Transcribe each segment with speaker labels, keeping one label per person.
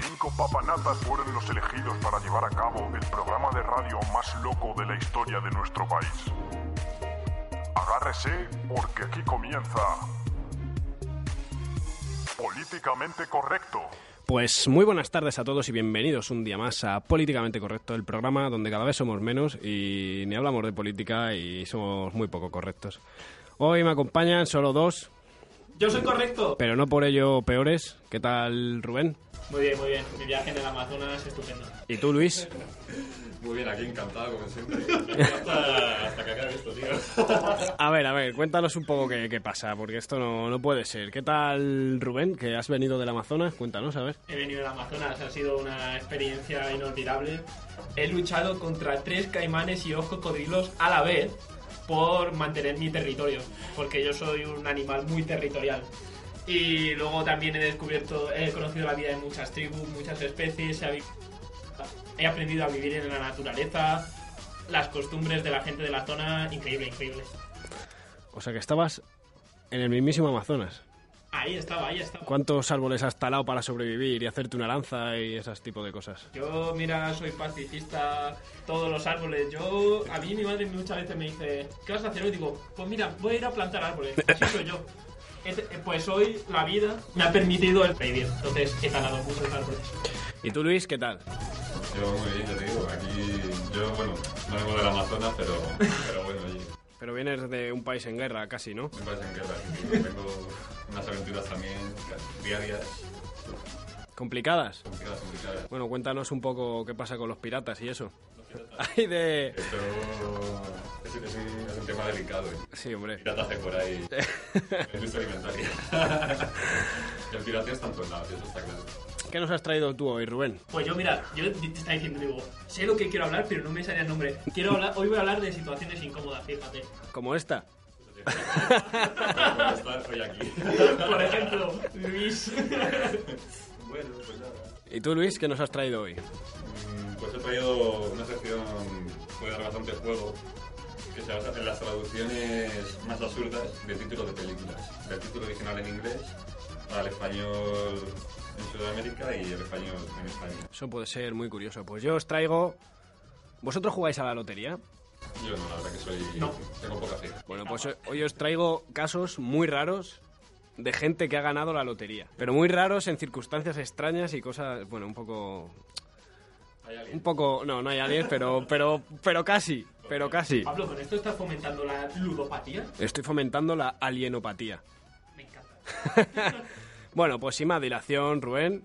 Speaker 1: cinco papanatas fueron los elegidos para llevar a cabo el programa de radio más loco de la historia de nuestro país. Agárrese porque aquí comienza Políticamente Correcto.
Speaker 2: Pues muy buenas tardes a todos y bienvenidos un día más a Políticamente Correcto, el programa donde cada vez somos menos y ni hablamos de política y somos muy poco correctos. Hoy me acompañan solo dos,
Speaker 3: Yo soy correcto.
Speaker 2: pero no por ello peores. ¿Qué tal, Rubén?
Speaker 3: Muy bien, muy bien. Mi viaje en el Amazonas estupendo.
Speaker 2: ¿Y tú, Luis?
Speaker 4: Muy bien, aquí encantado, como siempre. hasta, hasta que acabe esto, tío.
Speaker 2: A ver, a ver, cuéntanos un poco qué, qué pasa, porque esto no, no puede ser. ¿Qué tal, Rubén, que has venido del Amazonas? Cuéntanos, a ver.
Speaker 3: He venido del Amazonas, ha sido una experiencia inolvidable. He luchado contra tres caimanes y dos cocodrilos a la vez por mantener mi territorio, porque yo soy un animal muy territorial. Y luego también he descubierto, he conocido la vida de muchas tribus, muchas especies, he habi- he aprendido a vivir en la naturaleza, las costumbres de la gente de la zona, increíble, increíble.
Speaker 2: O sea que estabas en el mismísimo Amazonas.
Speaker 3: Ahí estaba, ahí estaba.
Speaker 2: ¿Cuántos árboles has talado para sobrevivir y hacerte una lanza y esas tipo de cosas?
Speaker 3: Yo, mira, soy pacifista, todos los árboles. Yo, a mí mi madre muchas veces me dice, ¿qué vas a hacer? Y digo, pues mira, voy a ir a plantar árboles. Así soy yo. Es- eh, pues hoy la vida me ha permitido el vivir. Entonces he talado muchos árboles.
Speaker 2: ¿Y tú, Luis, qué tal?
Speaker 4: Yo muy bien, ya te digo. Aquí, yo, bueno, no vengo del Amazonas, pero, pero bueno, allí
Speaker 2: Pero vienes de un país en guerra casi, ¿no?
Speaker 4: me parece en guerra. así que Tengo unas aventuras también diarias,
Speaker 2: ¿Complicadas?
Speaker 4: complicadas, complicadas.
Speaker 2: Bueno, cuéntanos un poco qué pasa con los piratas y eso. Ay, de...
Speaker 4: Esto es, es un, es un tema delicado. ¿eh?
Speaker 2: Sí, hombre.
Speaker 4: Piratas de por ahí. Es industria alimentaria. El pirateo está en todos lados, eso está claro.
Speaker 2: ¿Qué nos has traído tú hoy, Rubén?
Speaker 3: Pues yo, mira, yo te estaba diciendo, digo, sé lo que quiero hablar, pero no me sale el nombre. Quiero hablar, hoy voy a hablar de situaciones incómodas, fíjate.
Speaker 2: ¿Como esta?
Speaker 4: Por estar hoy aquí.
Speaker 3: Por ejemplo, Luis.
Speaker 4: Bueno, pues nada.
Speaker 2: ¿Y tú, Luis, qué nos has traído hoy?
Speaker 4: Mm, Pues he traído una sección que puede dar bastante juego, que se basa en las traducciones más absurdas de títulos de películas. Del título original en inglés al español en Sudamérica y el español en España.
Speaker 2: Eso puede ser muy curioso. Pues yo os traigo... ¿Vosotros jugáis a la lotería?
Speaker 4: Yo no, la verdad que soy...
Speaker 3: No.
Speaker 4: Tengo poca fe.
Speaker 2: Bueno, pues hoy- hoy os traigo casos muy raros de gente que ha ganado la lotería. Pero muy raros en circunstancias extrañas y cosas, bueno, un poco...
Speaker 4: ¿Hay
Speaker 2: Un
Speaker 4: alguien?
Speaker 2: poco... No, no hay aliens, pero, pero, pero casi, pero casi.
Speaker 3: Pablo, ¿con esto estás fomentando la ludopatía?
Speaker 2: Estoy fomentando la alienopatía.
Speaker 3: Me encanta.
Speaker 2: Bueno, pues sin más dilación, Rubén,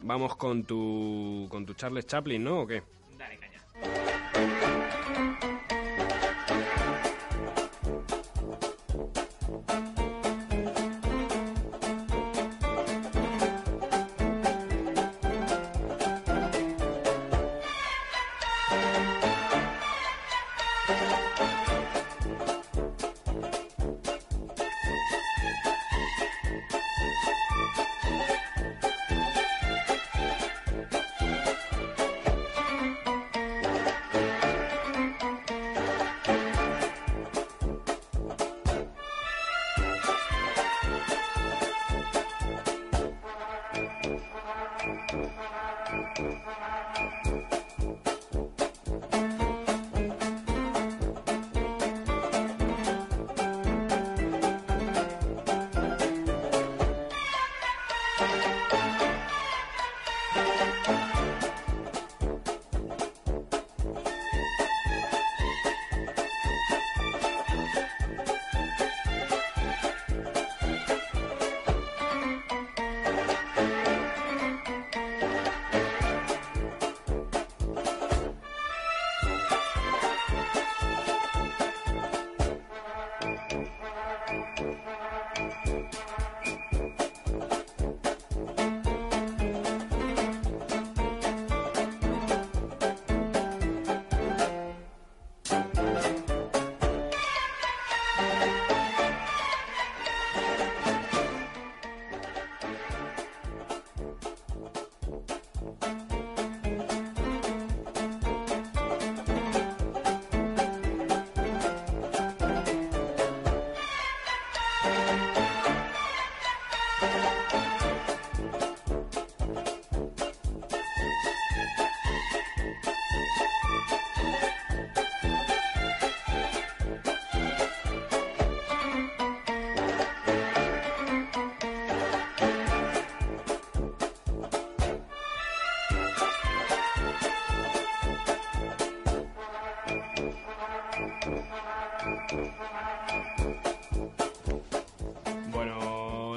Speaker 2: vamos con tu, con tu Charles Chaplin, ¿no? ¿O qué?
Speaker 3: Dale caña.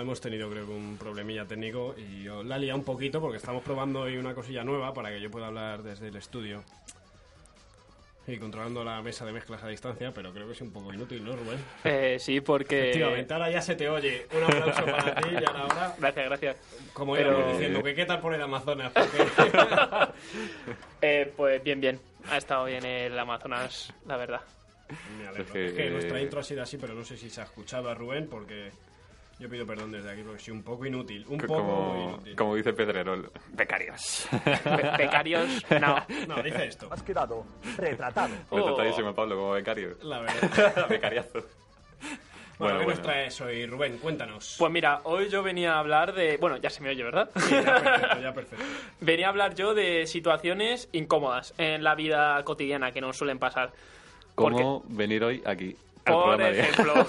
Speaker 2: hemos tenido creo que un problemilla técnico y yo la he liado un poquito porque estamos probando hoy una cosilla nueva para que yo pueda hablar desde el estudio. Y controlando la mesa de mezclas a distancia, pero creo que es un poco inútil, ¿no, Rubén?
Speaker 3: Eh, sí, porque...
Speaker 2: Efectivamente, ahora ya se te oye. Un aplauso para ti y ahora,
Speaker 3: Gracias, gracias.
Speaker 2: como
Speaker 3: Pero-
Speaker 2: íbamos diciendo, que qué tal por el Amazonas. Porque-
Speaker 3: Eh, pues bien, bien. Ha estado bien el Amazonas, la verdad.
Speaker 2: Me alegro.
Speaker 4: Es que- eh,
Speaker 2: Es que nuestra intro ha sido así, pero no sé si se ha escuchado a Rubén porque yo pido perdón desde aquí porque soy un poco inútil. Un poco
Speaker 4: Como,
Speaker 2: inútil.
Speaker 4: como dice Pedrerol, becarios.
Speaker 3: Be- becarios, no.
Speaker 2: No, dice esto.
Speaker 5: Has quedado retratado.
Speaker 4: Retratadísimo, Pablo, como becario.
Speaker 2: La verdad.
Speaker 4: Becariazo.
Speaker 2: Bueno, ¿qué nos traes hoy, Rubén? Cuéntanos.
Speaker 3: Pues mira, hoy yo venía a hablar de... Bueno, ya se me oye, ¿verdad?
Speaker 2: Ya perfecto, ya perfecto.
Speaker 3: Venía a hablar yo de situaciones incómodas en la vida cotidiana que nos suelen pasar.
Speaker 4: ¿Cómo venir hoy aquí? al
Speaker 3: Por
Speaker 4: programa de-
Speaker 3: ejemplo,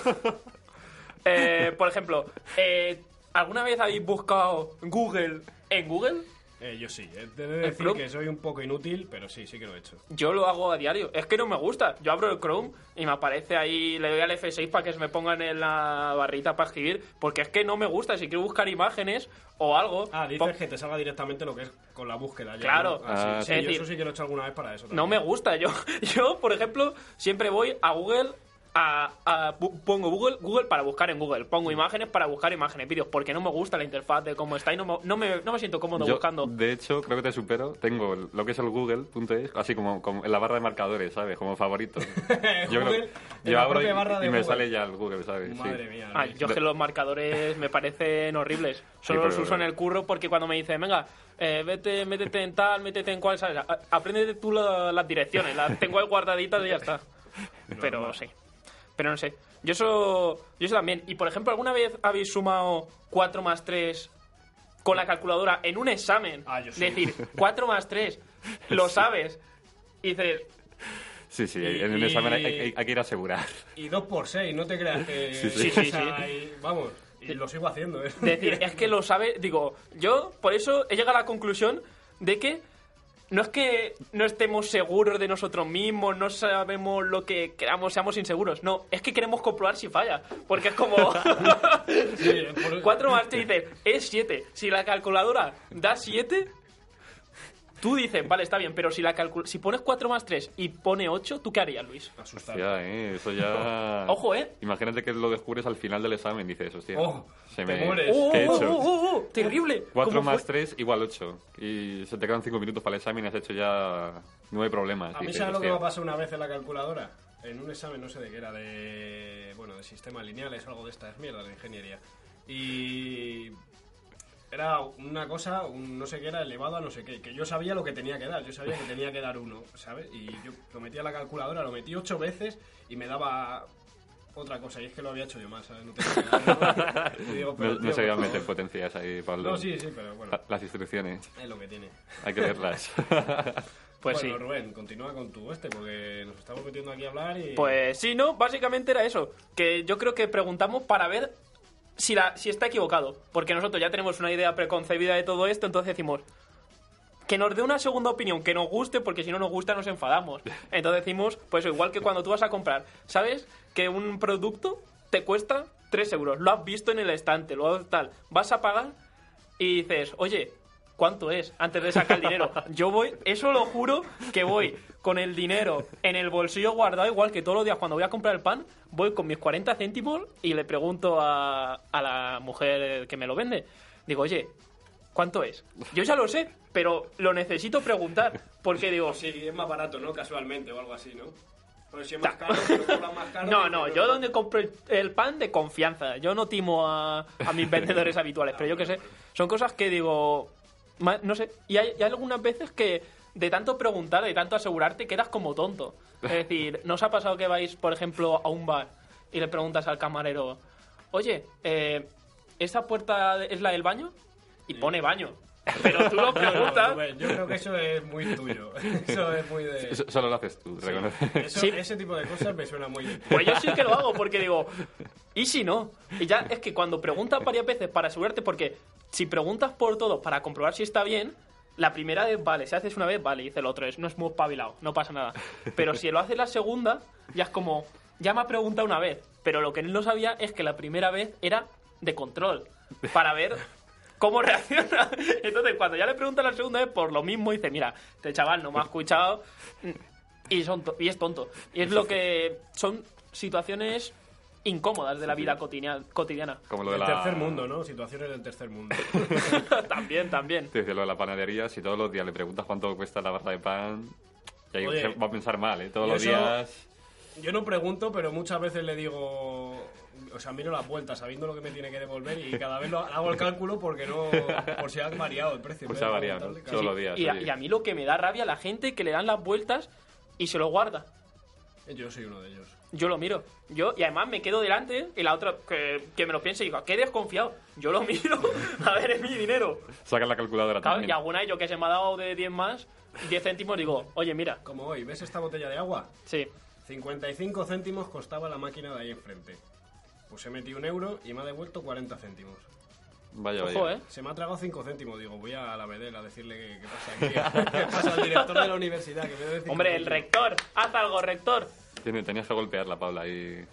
Speaker 3: eh, por ejemplo, eh, ¿alguna vez habéis buscado Google en Google?
Speaker 2: Eh, yo sí, eh, te he de decir
Speaker 3: Chrome?
Speaker 2: que soy un poco inútil, pero sí, sí que lo he hecho.
Speaker 3: Yo lo hago a diario. Es que no me gusta. Yo abro el Chrome y me aparece ahí, le doy al F6 para que se me pongan en la barrita para escribir, porque es que no me gusta. Si quiero buscar imágenes o algo, pues,
Speaker 2: Ah, dices
Speaker 3: pon-
Speaker 2: que te salga directamente lo que es con la búsqueda. ya,
Speaker 3: Claro.
Speaker 2: ¿no? Ah, sí,
Speaker 4: Ah,
Speaker 2: sí,
Speaker 3: es
Speaker 2: yo
Speaker 3: decir,
Speaker 2: eso sí que lo he hecho alguna vez para eso.
Speaker 3: no me
Speaker 2: también.
Speaker 3: gusta. Yo, yo por ejemplo, siempre voy a Google. A, a- bu- pongo Google Google para buscar en Google pongo imágenes para buscar imágenes vídeos porque no me gusta la interfaz de cómo está y no me, no me, no me siento cómodo
Speaker 4: Yo,
Speaker 3: buscando
Speaker 4: De hecho, creo que te supero. Tengo el- lo que es el Google.es, así como, como en la barra de marcadores, ¿sabes? Como favorito. yo
Speaker 2: Google,
Speaker 4: creo-
Speaker 2: en
Speaker 4: yo
Speaker 2: la
Speaker 4: abro y,
Speaker 2: propia barra de
Speaker 4: y me
Speaker 2: Google.
Speaker 4: sale ya el Google, ¿sabes? Sí. Ah,
Speaker 2: Madre mía.
Speaker 3: Ay, Ah, yo es que los marcadores me parecen horribles. Solo
Speaker 4: pero-
Speaker 3: los uso en el curro porque cuando me dicen, venga, eh, vete, métete en tal, métete en cual, ¿sabes? A- Apréndete tú la- las direcciones, las tengo ahí guardaditas y ya está. Pero sí. Pero no sé. Yo eso, yo eso también. Y por ejemplo, ¿alguna vez habéis sumado 4 más 3 con la calculadora en un examen?
Speaker 2: Ah, yo sí.
Speaker 3: Decir, 4 más 3, lo sabes. Y dices,
Speaker 4: Sí, sí,
Speaker 2: Y-
Speaker 4: en un
Speaker 2: y-
Speaker 4: examen hay, hay- hay que ir a asegurar.
Speaker 2: Y dos por seis, no te creas que...
Speaker 4: Sí,
Speaker 3: sí. Sí, sí,
Speaker 2: o sea,
Speaker 3: sí.
Speaker 2: y- vamos, y lo sigo haciendo, ¿eh?
Speaker 3: decir, es que lo sabe, digo, yo por eso he llegado a la conclusión de que no es que no estemos seguros de nosotros mismos, no sabemos lo que queramos, seamos inseguros, no, es que queremos comprobar si falla, porque es como
Speaker 2: Sí, por-
Speaker 3: 4 más 3 dices, es 7, si la calculadora da 7... Tú dices, vale, está bien, pero si la calcul- si pones 4 más 3 y pone 8, ¿tú qué harías, Luis?
Speaker 2: Asustado.
Speaker 4: Ya, ¿eh? Eso ya...
Speaker 3: Ojo, ¿eh?
Speaker 4: Imagínate que lo descubres al final del examen, dices, hostia,
Speaker 2: Oh,
Speaker 4: se
Speaker 2: te
Speaker 4: me...
Speaker 2: mueres.
Speaker 3: ¡Oh,
Speaker 4: ¿qué he
Speaker 3: oh,
Speaker 4: hecho?
Speaker 3: oh, oh, oh! terrible ¿Cómo
Speaker 4: 4
Speaker 3: fue?
Speaker 4: más 3 igual 8. Y se te quedan 5 minutos para el examen y has hecho ya 9 problemas.
Speaker 2: A mí,
Speaker 4: dices,
Speaker 2: ¿sabes lo que
Speaker 4: hostia.
Speaker 2: me pasó una vez en la calculadora? En un examen, no sé de qué era, de. Bueno, de sistemas lineales o algo de estas mierdas de ingeniería. Y. Era una cosa, un no sé qué era, elevado a no sé qué. Que yo sabía lo que tenía que dar, yo sabía que tenía que dar uno, ¿sabes? Y yo lo metí a la calculadora, lo metí ocho veces y me daba otra cosa. Y es que lo había hecho yo más, ¿sabes? No tenía que dar, ¿no? Y digo, pero,
Speaker 4: No,
Speaker 2: tío,
Speaker 4: no se
Speaker 2: por
Speaker 4: iban a
Speaker 2: favor.
Speaker 4: meter potencias ahí, Pablo.
Speaker 2: No, sí, sí, pero bueno,
Speaker 4: La- Las instrucciones,
Speaker 2: es lo que tiene.
Speaker 4: hay que leerlas.
Speaker 3: Pues
Speaker 2: bueno,
Speaker 3: sí.
Speaker 2: Rubén, continúa con tu este, porque nos estamos metiendo aquí a hablar y...
Speaker 3: Pues sí, no, básicamente era eso. Que yo creo que preguntamos para ver si, la, si está equivocado. Porque nosotros ya tenemos una idea preconcebida de todo esto, entonces decimos que nos dé una segunda opinión, que nos guste, porque si no nos gusta nos enfadamos. Entonces decimos, pues igual que cuando tú vas a comprar, ¿sabes que un producto te cuesta 3 euros? Lo has visto en el estante, lo has tal. Vas a pagar y dices, oye, ¿cuánto es? Antes de sacar el dinero. Yo voy, eso lo juro, que voy con el dinero en el bolsillo guardado, igual que todos los días cuando voy a comprar el pan, voy con mis 40 céntimos y le pregunto a, a la mujer que me lo vende. Digo, oye, ¿cuánto es? Yo ya lo sé, pero lo necesito preguntar, porque digo,
Speaker 2: Sí, es más barato, ¿no? Casualmente o algo así, ¿no? Pero si es
Speaker 3: más caro, si lo No, no, yo donde compro el- el pan de confianza. Yo no timo a, a mis vendedores habituales, pero yo qué sé. Son cosas que digo. ma- No sé. Y hay, y hay algunas veces que de tanto preguntar, de tanto asegurarte, quedas como tonto. Es decir, ¿no os ha pasado que vais, por ejemplo, a un bar y le preguntas al camarero, oye, eh, ¿esta puerta es la del baño? Y pone baño. Pero tú lo preguntas.
Speaker 2: yo creo que eso es muy tuyo. Eso es muy de.
Speaker 4: Eso- Solo lo haces tú, reconoces.
Speaker 2: Eso-
Speaker 3: Sí.
Speaker 2: Ese tipo de cosas me suena muy bien.
Speaker 3: Pues yo sí que lo hago porque digo, ¿y si no? Y ya es que cuando preguntas varias veces para asegurarte, porque si preguntas por todos para comprobar si está bien, la primera vez vale, si haces una vez vale, y dice el otro, es, no es muy espabilado, no pasa nada. Pero si lo haces la segunda, ya es como, ya me ha preguntado una vez, pero lo que él no sabía es que la primera vez era de control para ver cómo reacciona. Entonces, cuando ya le preguntan la segunda vez por lo mismo, dice, mira, este chaval no me ha escuchado y, son to- y es tonto. Y es lo que son situaciones incómodas de la vida cotidia- cotidiana.
Speaker 4: Como lo de
Speaker 2: Del
Speaker 4: la...
Speaker 2: tercer mundo, ¿no? Situaciones del tercer mundo.
Speaker 3: también, también.
Speaker 4: Desde lo de la panadería, si todos los días le preguntas cuánto cuesta la barra de pan, ya
Speaker 2: Oye.
Speaker 4: se va a pensar mal, ¿eh? Todos
Speaker 2: Y
Speaker 4: los
Speaker 2: eso-
Speaker 4: días...
Speaker 2: Yo no pregunto, pero muchas veces le digo. O sea, miro las vueltas sabiendo lo que me tiene que devolver y cada vez lo hago el cálculo porque no. por si ha variado el precio.
Speaker 4: Pues
Speaker 2: en
Speaker 4: ha
Speaker 2: vez de
Speaker 4: variado,
Speaker 2: preguntarle,
Speaker 4: ¿no?
Speaker 2: claro.
Speaker 4: Todos los días.
Speaker 3: Y a,
Speaker 4: oye.
Speaker 3: y a mí lo que me da rabia la gente que le dan las vueltas y se lo guarda.
Speaker 2: Yo soy uno de ellos.
Speaker 3: Yo lo miro. Yo, y además me quedo delante y la otra que, que me lo piense y digo, qué desconfiado. Yo lo miro, a ver, es mi dinero.
Speaker 4: Saca la calculadora
Speaker 3: Claro,
Speaker 4: también.
Speaker 3: Y alguna yo que se me ha dado de 10 más, 10 céntimos, digo, oye, mira,
Speaker 2: Como hoy, ¿ves esta botella de agua?
Speaker 3: sí.
Speaker 2: 55 céntimos costaba la máquina de ahí enfrente. Pues he metido un euro y me ha devuelto 40 céntimos.
Speaker 4: Vaya, vaya.
Speaker 3: Ojo, eh.
Speaker 2: Se me ha tragado 5 céntimos. Digo, voy a la Bedel a decirle que- qué pasa aquí. ¿Qué pasa al director de la universidad? Que me debe cinco
Speaker 3: Hombre, el
Speaker 2: céntimos.
Speaker 3: rector, haz algo, rector.
Speaker 4: Tiene- Tenías que golpearla, Paula, y...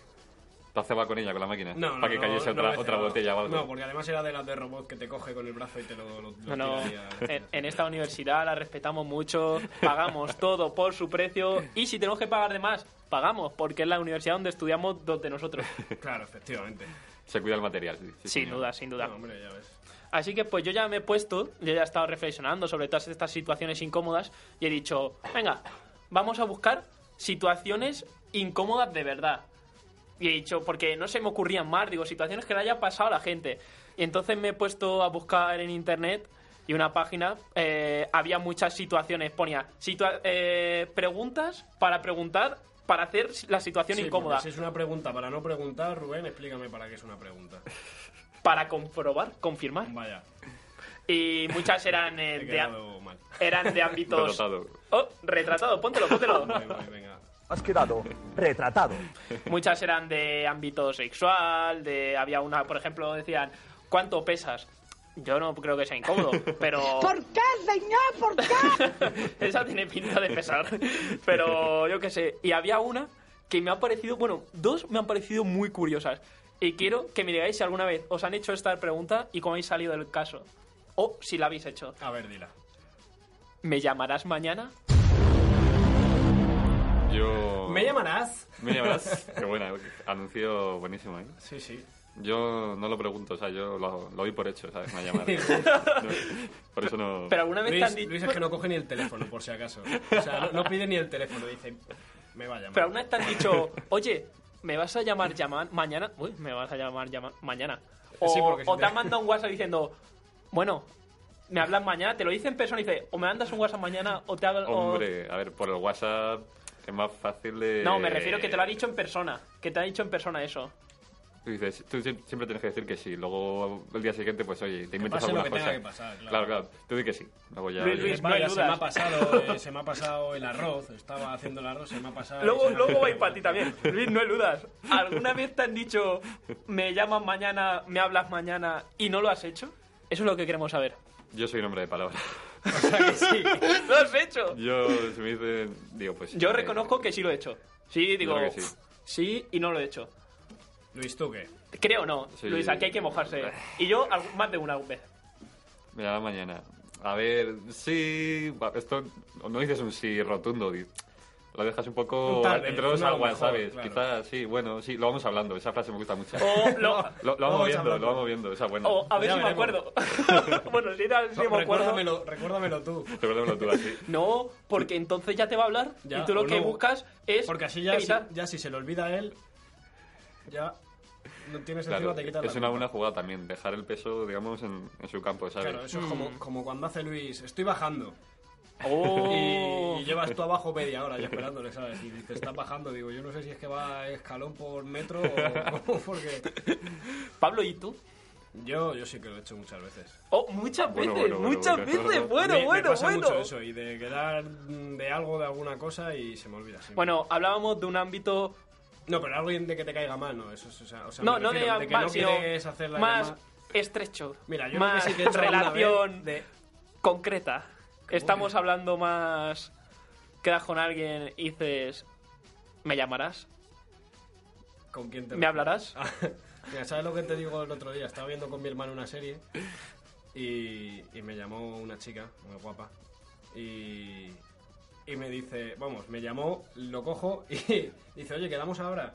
Speaker 4: ¿Te has cebado con ella, con la máquina?
Speaker 2: No, no,
Speaker 4: Para que
Speaker 2: no,
Speaker 4: cayese
Speaker 2: no
Speaker 4: otra,
Speaker 2: me
Speaker 4: otra
Speaker 2: cebaba.
Speaker 4: botella o algo.
Speaker 2: No, porque además era de las de robot que te coge con el brazo y te lo, lo- lo
Speaker 3: No, no,
Speaker 2: tira ahí a-
Speaker 3: en, en esta universidad la respetamos mucho, pagamos todo por su precio y si tenemos que pagar de más, pagamos, porque es la universidad donde estudiamos dos de nosotros.
Speaker 2: Eh, Claro, efectivamente.
Speaker 4: Se cuida el material. sí, sí,
Speaker 3: sin
Speaker 4: señor.
Speaker 3: duda, sin duda.
Speaker 2: No, hombre, ya ves.
Speaker 3: Así que pues yo ya me he puesto, yo ya he estado reflexionando sobre todas estas situaciones incómodas y he dicho, venga, vamos a buscar situaciones incómodas de verdad. Y he dicho, porque no se me ocurrían más, digo, situaciones que le haya pasado a la gente. Y entonces me he puesto a buscar en internet y una página, eh, había muchas situaciones, ponía situa- eh, preguntas para preguntar, para hacer la situación
Speaker 2: Sí,
Speaker 3: incómoda,
Speaker 2: porque Si es una pregunta para no preguntar, Rubén, explícame para qué es una pregunta.
Speaker 3: para comprobar, confirmar.
Speaker 2: Vaya,
Speaker 3: Y muchas eran eh,
Speaker 2: he
Speaker 3: de... a-
Speaker 2: quedado mal.
Speaker 3: eran de ámbitos.
Speaker 4: Retratado.
Speaker 3: Oh, retratado, póntelo, póntelo.
Speaker 2: Voy, voy, venga.
Speaker 5: Has quedado retratado.
Speaker 3: Muchas eran de ámbito sexual, de había una, por ejemplo, decían, ¿cuánto pesas? Yo no creo que sea incómodo, pero
Speaker 6: ¿Por qué, señor? ¿Por qué?
Speaker 3: esa tiene pinta de pesar. Pero yo qué sé. Y había una que me ha parecido, bueno, dos me han parecido muy curiosas. Y quiero que me digáis si alguna vez os han hecho esta pregunta y cómo habéis salido del caso. O si la habéis hecho.
Speaker 2: A ver, dila.
Speaker 3: ¿Me llamarás mañana?
Speaker 4: Yo...
Speaker 2: ¿Me llamarás?
Speaker 4: Me llamarás. Qué buena. eh, Anuncio buenísimo, ¿eh?
Speaker 2: Sí, sí.
Speaker 4: Yo no lo pregunto, o sea, yo lo, lo doy por hecho, ¿sabes? Me llamaron. por eso no...
Speaker 3: Pero alguna vez te han
Speaker 2: Luis,
Speaker 3: dicho...
Speaker 2: Luis es que no coge ni el teléfono, por si acaso. O sea, no, no pide ni el teléfono, dice, me va a llamar.
Speaker 3: Pero alguna vez te han dicho, oye, ¿me vas a llamar llama- mañana? Uy, ¿me vas a llamar llama- mañana? O,
Speaker 2: Sí, porque si
Speaker 3: o
Speaker 2: te-
Speaker 3: te han mandado un WhatsApp diciendo, bueno, me hablas mañana, te lo dice en persona y dice, o me mandas un WhatsApp mañana o te hablo... o-
Speaker 4: Hombre, a ver, por el WhatsApp es más fácil de...
Speaker 3: No, me refiero que te lo ha dicho en persona, que te ha dicho en persona eso.
Speaker 4: Tú dices, tú sie- siempre tienes que decir que sí. Luego, el día siguiente, pues oye, te inventas
Speaker 2: pase lo
Speaker 4: alguna
Speaker 2: que
Speaker 4: cosa.
Speaker 2: tenga que pasar, claro.
Speaker 4: claro, Tú di que sí. Luego ya...
Speaker 3: Luis,
Speaker 4: oye,
Speaker 3: Luis,
Speaker 2: Vaya,
Speaker 3: no hay
Speaker 2: se me ha
Speaker 3: dudas.
Speaker 2: pasado, eh, se me ha pasado el arroz, estaba haciendo el arroz, se me ha pasado...
Speaker 3: Luego,
Speaker 2: se me ha-
Speaker 3: luego va a ir para ti también. Luis, no eludas. ¿Alguna vez te han dicho, me llamas mañana, me hablas mañana y no lo has hecho? Eso es lo que queremos saber.
Speaker 4: Yo soy un hombre de palabras.
Speaker 3: ¿Lo has hecho?
Speaker 4: Yo, si me dicen... Digo, pues...
Speaker 3: Yo
Speaker 4: eh,
Speaker 3: reconozco que sí lo he hecho. Sí, digo,
Speaker 4: creo que sí.
Speaker 3: sí y no lo he hecho.
Speaker 2: Luis, ¿tú qué?
Speaker 3: Creo no,
Speaker 4: Sí.
Speaker 3: Luis, aquí hay que mojarse. Y yo algún- más de una vez.
Speaker 4: Me llama mañana. A ver, sí... va, Esto no dices un sí rotundo. di- Lo dejas un poco
Speaker 2: Un tarde,
Speaker 4: entre los
Speaker 2: no,
Speaker 4: aguas,
Speaker 2: mejor,
Speaker 4: ¿sabes?
Speaker 2: claro.
Speaker 4: Quizás, sí, bueno, sí, lo vamos hablando. Esa frase me gusta mucho.
Speaker 3: O, lo-
Speaker 4: Lo, lo vamos
Speaker 2: Vamos
Speaker 4: viendo,
Speaker 2: hablando.
Speaker 4: lo vamos viendo. Esa buena.
Speaker 3: o a ver
Speaker 2: Ya
Speaker 3: si me
Speaker 2: veremos.
Speaker 3: acuerdo. bueno, si era- si me acuerdo.
Speaker 2: recuérdamelo, recuérdamelo tú.
Speaker 4: Recuérdamelo tú así.
Speaker 3: No, porque entonces ya te va a hablar
Speaker 2: Ya,
Speaker 3: y tú lo
Speaker 2: o
Speaker 3: que
Speaker 2: no.
Speaker 3: buscas es
Speaker 2: Porque así ya, si,
Speaker 3: evitar.
Speaker 2: ya si se le olvida a él, ya no tienes
Speaker 4: Claro,
Speaker 2: encima, te quitas la
Speaker 4: es una
Speaker 2: culpa.
Speaker 4: buena jugada también, dejar el peso, digamos, en, en su campo, ¿sabes?
Speaker 2: Claro,
Speaker 3: Mm.
Speaker 2: eso es como, como cuando hace Luis, estoy bajando.
Speaker 3: Oh.
Speaker 2: Y, y llevas tú abajo media hora ya esperándole, ¿sabes? Y dices, estás bajando. Digo, yo no sé si es que va escalón por metro o o porque...
Speaker 3: Pablo, ¿y tú?
Speaker 2: Yo, yo sí que lo he hecho muchas veces.
Speaker 3: Oh, muchas
Speaker 4: Bueno,
Speaker 3: veces,
Speaker 4: bueno, bueno,
Speaker 3: muchas
Speaker 4: bueno.
Speaker 3: veces. Bueno,
Speaker 2: Me- me
Speaker 3: bueno,
Speaker 2: pasa
Speaker 3: bueno.
Speaker 2: mucho eso, eh. y de quedar mm, de algo, de alguna cosa, y se me olvida siempre.
Speaker 3: Bueno, hablábamos de un ámbito
Speaker 2: No, pero algo de que te caiga mal, no. Eso es, o sea, o sea,
Speaker 3: no,
Speaker 2: me
Speaker 3: no
Speaker 2: refiero,
Speaker 3: de,
Speaker 2: de que
Speaker 3: mal,
Speaker 2: no
Speaker 3: sino
Speaker 2: quieres hacer la
Speaker 3: más
Speaker 2: llamada.
Speaker 3: estrecho.
Speaker 2: Mira, yo
Speaker 3: más
Speaker 2: lo que sí que he hecho alguna
Speaker 3: relación
Speaker 2: vez de-
Speaker 3: concreta. Estamos hablando más. Quedas con alguien y dices. ¿Me llamarás?
Speaker 2: ¿Con quién te
Speaker 3: ¿Me hablarás?
Speaker 2: Mira, ¿sabes lo que te digo el otro día? Estaba viendo con mi hermano una serie y, y me llamó una chica muy guapa y, y me dice, vamos, me llamó, lo cojo y dice, oye, quedamos ahora.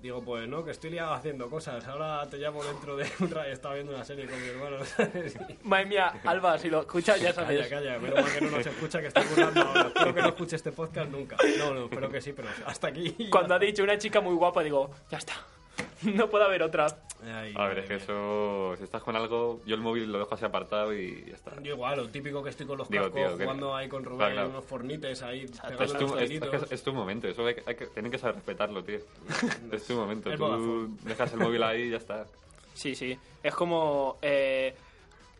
Speaker 2: Digo, pues no, que estoy liado haciendo cosas. Ahora te llamo dentro de un rato. Estaba viendo una serie con mi hermano, ¿sabes?
Speaker 3: Madre mía, Alba, si lo escuchas ya
Speaker 2: Calla,
Speaker 3: sabes.
Speaker 2: calla, menos mal que no nos escucha, que está currando ahora. Espero que no escuche este podcast nunca. No, no, espero que sí, pero hasta aquí.
Speaker 3: Cuando ha dicho una chica muy guapa, digo, ya está. No puede haber otra.
Speaker 2: Ay,
Speaker 4: A
Speaker 2: madre
Speaker 4: ver, es que
Speaker 2: mía.
Speaker 4: eso. Si estás con algo, yo el móvil lo dejo así apartado y ya está.
Speaker 2: Yo igual, lo típico que estoy con los
Speaker 4: Digo,
Speaker 2: cascos
Speaker 4: tío, que-
Speaker 2: jugando ahí con Rubén
Speaker 4: Claro, claro.
Speaker 2: unos fornites ahí pegando
Speaker 4: Es
Speaker 2: los
Speaker 4: tu, es- es
Speaker 2: tiritos.
Speaker 4: que es- es tu momento, eso hay que, hay que- tienen que saber respetarlo, tío. Es tu momento,
Speaker 2: Es
Speaker 4: tú
Speaker 2: Vodafone.
Speaker 4: dejas el móvil ahí y ya está.
Speaker 3: Sí, sí. Es como. eh,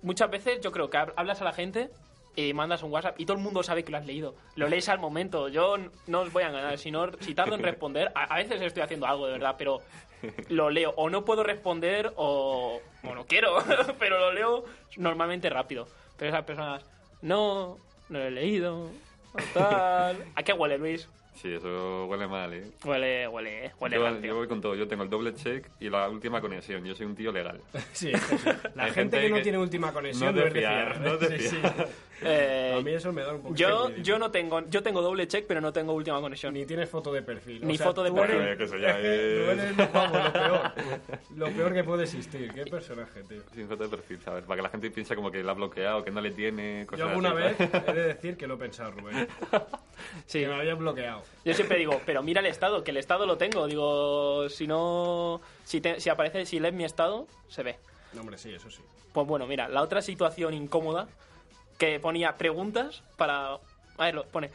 Speaker 3: muchas veces yo creo que hab- hablas a la gente y mandas un WhatsApp y todo el mundo sabe que lo has leído. Lo lees al momento. Yo n- no os voy a engañar. Si, no, si tardo en responder, a, a veces estoy haciendo algo de verdad, pero lo leo. O no puedo responder o, o no quiero, pero lo leo normalmente rápido. Pero esas personas, no, no lo he leído. o Tal. ¿A qué huele, Luis?
Speaker 4: Sí, eso huele mal, ¿eh?
Speaker 3: Huele, huele, huele.
Speaker 4: yo,
Speaker 3: rancio.
Speaker 4: yo voy con todo, yo tengo el doble check y la última conexión, yo soy un tío legal.
Speaker 2: Sí, es que sí. La
Speaker 4: Hay
Speaker 2: gente, que
Speaker 4: gente
Speaker 2: no
Speaker 4: que-
Speaker 2: tiene última conexión
Speaker 4: no
Speaker 2: no,
Speaker 4: te
Speaker 2: es de
Speaker 4: fiar,
Speaker 2: fiar.
Speaker 4: no te
Speaker 2: Sí, sí.
Speaker 4: fiar.
Speaker 3: Eh,
Speaker 2: A mí eso me da un poco
Speaker 3: Yo,
Speaker 2: de miedito.
Speaker 3: yo no tengo, yo tengo doble check, pero no tengo última conexión.
Speaker 2: Ni tienes foto de perfil.
Speaker 3: Ni foto de
Speaker 2: tú
Speaker 3: perfil.
Speaker 2: eres-
Speaker 4: Bueno, que eso ya
Speaker 2: Rubén
Speaker 4: es-
Speaker 2: es, vamos, lo peor. Lo peor que puede existir. Qué personaje, tío.
Speaker 4: Sin foto de perfil, ¿sabes? Para que la gente piense como que la ha bloqueado, que no le tiene, cosas
Speaker 2: Yo alguna
Speaker 4: así,
Speaker 2: vez
Speaker 4: ¿sabes?
Speaker 2: he de decir que lo he pensado, Rubén.
Speaker 3: Sí.
Speaker 2: Que me habían bloqueado.
Speaker 3: Yo siempre digo, pero mira el estado, que el estado lo tengo. Digo, si no, si, te- si aparece, si lees mi estado, se ve.
Speaker 2: No, hombre, sí, eso sí.
Speaker 3: Pues bueno, mira, la otra situación incómoda que ponía preguntas para, a ver, lo pone,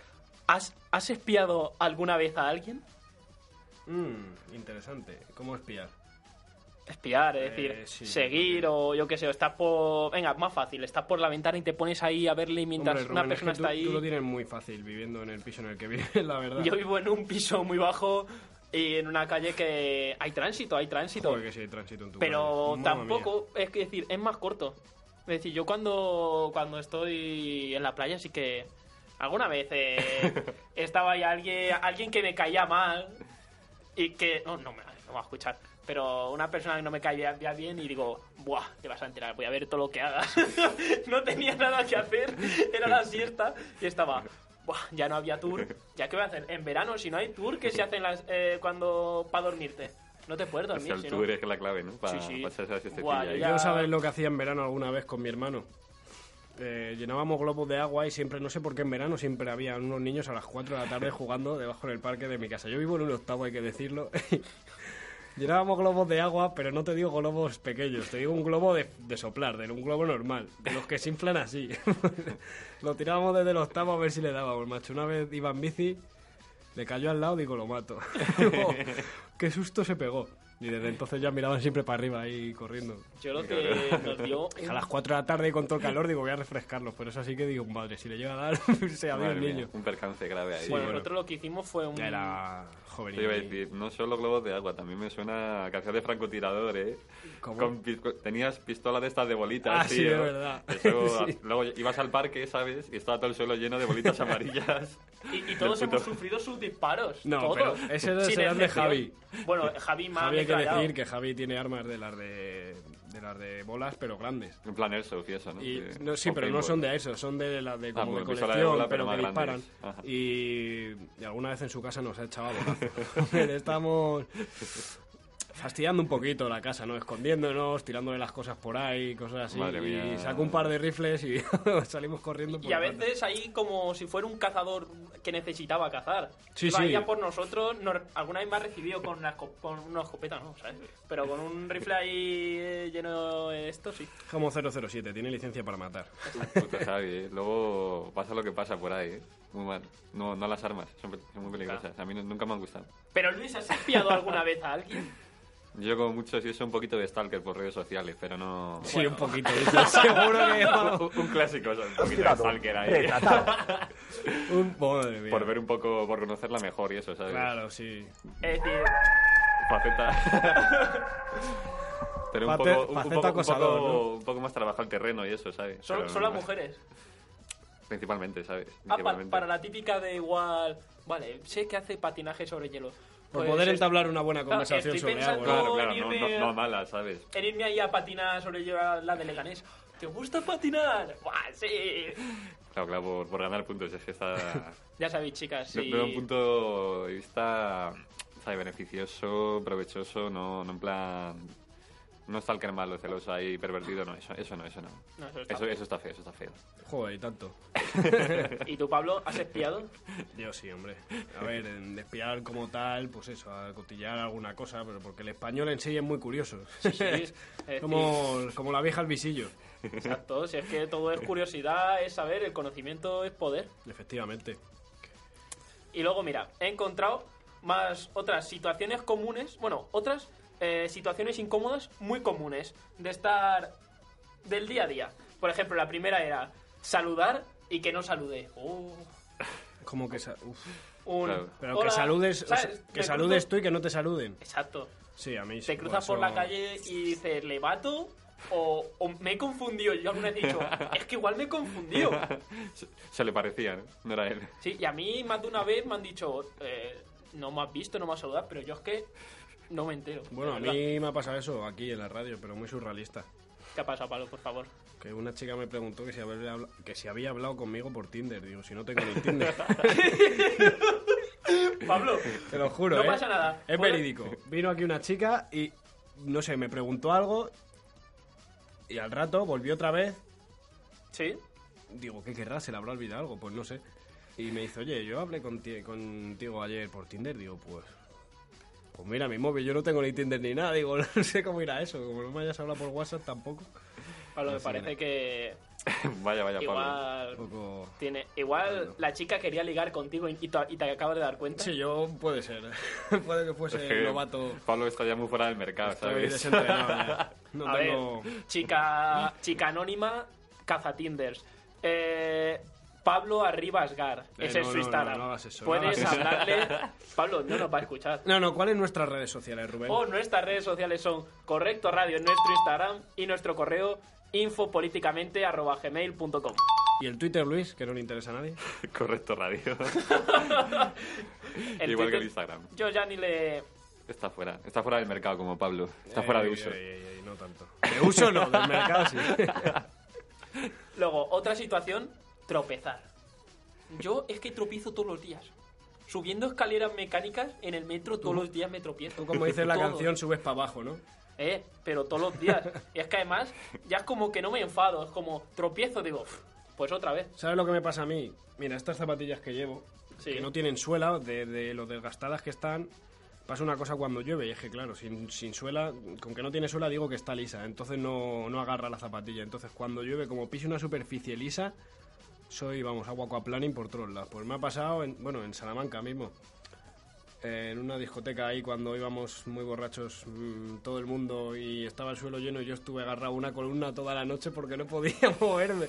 Speaker 3: ¿has, has espiado alguna vez a alguien?
Speaker 2: Mm, interesante. ¿Cómo espiar?
Speaker 3: Espiar, es decir,
Speaker 2: Eh, sí,
Speaker 3: seguir o yo qué sé, o estás por, venga, más fácil, estás por la ventana y te pones ahí a verle mientras
Speaker 2: Hombre,
Speaker 3: una
Speaker 2: Rubén, es que
Speaker 3: persona
Speaker 2: tú-
Speaker 3: está ahí.
Speaker 2: Tú lo tienes muy fácil viviendo en el piso en el que vives, la verdad.
Speaker 3: Yo vivo en un piso muy bajo y en una calle que hay tránsito, hay tránsito.
Speaker 2: Joder, que sí hay tránsito en tu
Speaker 3: pero
Speaker 2: calle. Mamma mía.
Speaker 3: tampoco, es que decir, es más corto. Es decir, yo cuando, cuando estoy en la playa, sí que alguna vez eh, estaba ahí alguien, alguien que me caía mal y que. No, no me, no me va a escuchar. Pero una persona que no me caía bien y digo, ¡buah! Te vas a enterar, voy a ver todo lo que hagas. no tenía nada que hacer, era la siesta y estaba, ¡buah! Ya no había tour. ¿Ya qué voy a hacer? En verano, si no hay tour, ¿qué se hace en las- eh, cuando. para dormirte? No te puedes
Speaker 4: O sea,
Speaker 3: dormir,
Speaker 4: el
Speaker 3: si no.
Speaker 4: tour es la clave, ¿no? Para
Speaker 3: Sí, sí.
Speaker 4: pasar esa siestecilla
Speaker 3: Guay,
Speaker 4: ahí.
Speaker 3: ya-
Speaker 2: Yo sabes lo que hacía en verano alguna vez con mi hermano. Eh, llenábamos globos de agua y siempre, no sé por qué en verano, siempre había unos niños a las 4 de la tarde jugando debajo del parque de mi casa. Yo vivo en un octavo, hay que decirlo. Llenábamos globos de agua, pero no te digo globos pequeños, te digo un globo de, de soplar, de un globo normal, de los que se inflan así. lo tirábamos desde el octavo a ver si le dábamos, macho. Una vez iba en bici, le cayó al lado, digo, lo mato. Digo, "Oh, Qué susto se pegó. Y desde entonces ya miraban siempre para arriba ahí corriendo.
Speaker 3: Yo lo que nos dio.
Speaker 2: A las 4 de la tarde y con todo el calor digo, voy a refrescarlos, pero eso sí que digo, madre, si le llega a dar, se adiós
Speaker 4: Madre
Speaker 2: el
Speaker 4: mía,
Speaker 2: niño.
Speaker 4: un percance grave ahí.
Speaker 3: Bueno,
Speaker 2: bueno.
Speaker 3: nosotros lo que hicimos fue un.
Speaker 2: Ya era joven.
Speaker 4: Yo iba a decir, no solo globos de agua, también me suena a canción de francotirador, ¿eh?
Speaker 2: ¿Cómo?
Speaker 4: Con pis- con- tenías pistola de estas de bolitas,
Speaker 2: Ah, sí,
Speaker 4: tío.
Speaker 2: es verdad.
Speaker 4: Eso,
Speaker 2: Sí.
Speaker 4: Luego ibas al parque, ¿sabes? Y estaba todo el suelo lleno de bolitas amarillas.
Speaker 3: Y, y todos
Speaker 4: El puto-
Speaker 3: hemos sufrido sus disparos.
Speaker 2: No,
Speaker 3: todos.
Speaker 2: pero ese era-
Speaker 3: Sin
Speaker 2: ese era el de
Speaker 3: excepción.
Speaker 2: Javi.
Speaker 3: Bueno, Javi más.
Speaker 2: Javi hay que
Speaker 3: declarado.
Speaker 2: decir que Javi tiene armas de las de, de las de bolas, pero grandes.
Speaker 4: En plan airsoft y eso, ¿no?
Speaker 2: Y,
Speaker 4: Que-
Speaker 2: no, sí,
Speaker 4: o
Speaker 2: pero no
Speaker 4: paintball.
Speaker 2: son de eso, son de las de como
Speaker 4: bueno,
Speaker 2: de
Speaker 4: pistola de
Speaker 2: colección,
Speaker 4: bola, pero
Speaker 2: pero,
Speaker 4: más
Speaker 2: que disparan.
Speaker 4: grandes. Ajá.
Speaker 2: Y, y alguna vez en su casa nos ha echado a bolazo. Le Estamos fastidiando un poquito la casa, ¿no? Escondiéndonos, tirándole las cosas por ahí, cosas así.
Speaker 4: Madre mía.
Speaker 2: Y saco un par de rifles y salimos corriendo. Por
Speaker 3: Y a
Speaker 2: la parte.
Speaker 3: veces ahí como si fuera un cazador que necesitaba cazar.
Speaker 2: Sí,
Speaker 3: Iba
Speaker 2: sí.
Speaker 3: ahí a por nosotros, nos- alguna vez me ha recibido con una, esco- con una escopeta, ¿no? ¿Sabes? Pero con un rifle ahí eh, lleno de esto, sí.
Speaker 2: Como 007, tiene licencia para matar.
Speaker 4: Puto Javi, ¿eh? Luego pasa lo que pasa por ahí, ¿eh? Muy mal. No, no las armas, son, pe- son muy peligrosas. A mí no- nunca me han gustado.
Speaker 3: Pero Luis, ¿has espiado alguna vez a alguien?
Speaker 4: Yo como mucho sí soy un poquito de stalker por redes sociales, pero no...
Speaker 2: Sí, un poquito. dice, Seguro que vamos.
Speaker 4: un, un clásico, o sea, un poquito de
Speaker 5: Tirado,
Speaker 4: stalker ahí.
Speaker 5: retratado.
Speaker 2: Un, madre mía.
Speaker 4: por ver un poco, por conocerla mejor y eso, ¿sabes?
Speaker 2: Claro, sí.
Speaker 3: Es decir,
Speaker 4: Faceta... pero un
Speaker 2: Face-
Speaker 4: poco, un, un
Speaker 2: faceta
Speaker 4: poco, un
Speaker 2: acosador,
Speaker 4: poco- un poco más trabajo el terreno y eso, ¿sabes?
Speaker 3: son,
Speaker 4: Pero
Speaker 3: son
Speaker 4: no
Speaker 3: las
Speaker 4: más.
Speaker 3: mujeres.
Speaker 4: Principalmente, ¿sabes?
Speaker 3: Ah, pa-
Speaker 4: Principalmente.
Speaker 3: para la típica de igual... Vale, sé que hace patinaje sobre hielo.
Speaker 2: Por
Speaker 3: Pues
Speaker 2: poder
Speaker 3: es-
Speaker 2: entablar una buena conversación
Speaker 3: estoy
Speaker 2: sobre
Speaker 3: pensando-
Speaker 2: algo. ¿no?
Speaker 4: Claro, claro, no,
Speaker 3: Irme.
Speaker 4: no, no mala, ¿sabes?
Speaker 3: En irme ahí a patinar sobre yo a la de Leganés. ¿Te gusta patinar? ¡Buah, sí!
Speaker 4: Claro, claro, por, por ganar puntos. Es que está.
Speaker 3: Ya sabéis, chicas,
Speaker 4: de-
Speaker 3: si...
Speaker 4: Desde un punto de vista. ¿sabes? Beneficioso, provechoso, no, no en plan. No está el que malo, celoso ahí, pervertido, no, eso, eso no, eso no.
Speaker 3: No, eso está
Speaker 4: Eso,
Speaker 3: feo.
Speaker 4: eso está feo, eso está feo.
Speaker 2: Joder, y tanto.
Speaker 3: ¿Y tú, Pablo, has espiado?
Speaker 2: Dios, sí, hombre. A ver, en despiar como tal, pues eso, a cotillar alguna cosa, pero porque el español en sí es muy curioso.
Speaker 3: sí, es decir-
Speaker 2: como, como la vieja al visillo,
Speaker 3: Exacto, si es que todo es curiosidad, es saber, el conocimiento es poder.
Speaker 2: efectivamente.
Speaker 3: Y luego, mira, he encontrado más otras situaciones comunes, bueno, otras eh, situaciones incómodas muy comunes de estar del día a día. Por ejemplo, la primera era saludar y que no salude. Oh,
Speaker 2: Como que... sa- uf.
Speaker 3: un,
Speaker 4: Claro.
Speaker 2: Pero
Speaker 3: "Hola",
Speaker 2: que saludes, o sea,
Speaker 3: ¿sabes? Me
Speaker 2: que saludes
Speaker 3: cruzo-
Speaker 2: tú y que no te saluden.
Speaker 3: Exacto.
Speaker 2: Sí, a mí sí.
Speaker 3: Te cruzas
Speaker 2: pues,
Speaker 3: por la
Speaker 2: eso-
Speaker 3: calle y dices, ¿le bato? O, o me he confundido. Yo alguna vez he dicho, es que igual me he confundido.
Speaker 4: se, se le parecía, ¿no? No era él.
Speaker 3: Sí, y a mí más de una vez me han dicho, eh, no me has visto, no me has saludado, pero yo es que no me entero.
Speaker 2: Bueno,
Speaker 3: de
Speaker 2: a
Speaker 3: verdad.
Speaker 2: mí me ha pasado eso aquí en la radio, pero muy surrealista.
Speaker 3: ¿Qué ha pasado, Pablo, por favor?
Speaker 2: Que una chica me preguntó que si, había habla- que si había hablado conmigo por Tinder. Digo, si no tengo ni Tinder.
Speaker 3: Pablo,
Speaker 2: Te lo juro,
Speaker 3: No
Speaker 2: ¿eh?
Speaker 3: pasa nada.
Speaker 2: Es
Speaker 3: Puedo-
Speaker 2: verídico. Vino aquí una chica y, no sé, me preguntó algo y al rato volvió otra vez.
Speaker 3: ¿sí?
Speaker 2: Digo, ¿qué querrá? ¿Se le habrá olvidado algo? Pues no sé. Y me dice, oye, yo hablé conti- contigo ayer por Tinder. Digo, pues... Pues mira, mi móvil, yo no tengo ni Tinder ni nada. Digo, no sé cómo irá eso. Como no me hayas hablado por WhatsApp tampoco.
Speaker 3: Pablo, me
Speaker 4: sí,
Speaker 3: parece que
Speaker 4: vaya, vaya, Pablo.
Speaker 2: Un
Speaker 3: igual...
Speaker 2: poco...
Speaker 3: Tiene, igual la chica quería ligar contigo y, y te, y te acabas de dar cuenta.
Speaker 2: Sí, yo puede ser. ¿eh? puede que
Speaker 4: Es
Speaker 2: fuese
Speaker 4: que
Speaker 2: novato.
Speaker 4: Pablo está ya muy fuera del mercado,
Speaker 2: Estoy
Speaker 4: ¿sabes?
Speaker 2: desentrenado ya. No
Speaker 3: a
Speaker 2: tengo...
Speaker 3: ver, chica, chica anónima, caza Tinders. Eh, Pablo Arribasgar,
Speaker 2: Eh,
Speaker 3: ese
Speaker 2: no,
Speaker 3: es su
Speaker 2: no,
Speaker 3: Instagram.
Speaker 2: no, no hagas eso, no
Speaker 3: Puedes
Speaker 2: hagas eso.
Speaker 3: hablarle. Pablo, no nos va a escuchar.
Speaker 2: No, no, ¿cuáles nuestras redes sociales, Rubén?
Speaker 3: O nuestras redes sociales son Correcto Radio en nuestro Instagram y nuestro correo infopolíticamente.gmail.com.
Speaker 2: ¿Y el Twitter, Luis, que no le interesa a nadie?
Speaker 4: Correcto, radio.
Speaker 3: El
Speaker 4: Igual
Speaker 3: Twitter-
Speaker 4: que el Instagram.
Speaker 3: Yo ya ni le...
Speaker 4: Está fuera. Está fuera del mercado como Pablo. Está fuera de
Speaker 2: Ey,
Speaker 4: uso.
Speaker 2: ey, ey, ey, eh, no tanto. De uso no, del mercado sí.
Speaker 3: Luego, otra situación, tropezar. Yo es que tropiezo todos los días. Subiendo escaleras mecánicas en el metro todos los días me tropiezo.
Speaker 2: Tú, como dice la
Speaker 3: Todos.
Speaker 2: canción, subes para abajo, ¿no?
Speaker 3: Eh, pero todos los días. Y es que además ya es como que no me enfado, es como tropiezo, digo, "Pff, pues otra vez.
Speaker 2: ¿Sabes lo que me pasa a mí? Mira, estas zapatillas que llevo,
Speaker 3: Sí.
Speaker 2: que no tienen suela, de, de lo desgastadas que están, pasa una cosa cuando llueve, y es que, claro, sin, sin suela, con que no tiene suela digo que está lisa, entonces no, no agarra la zapatilla. Entonces, cuando llueve, como piso una superficie lisa, soy, vamos, agua aquaplaning por todos lados. Pues me ha pasado, en, bueno, en Salamanca mismo, eh, en una discoteca ahí cuando íbamos muy borrachos mm, todo el mundo y estaba el suelo lleno y yo estuve agarrado a una columna toda la noche porque no podía moverme.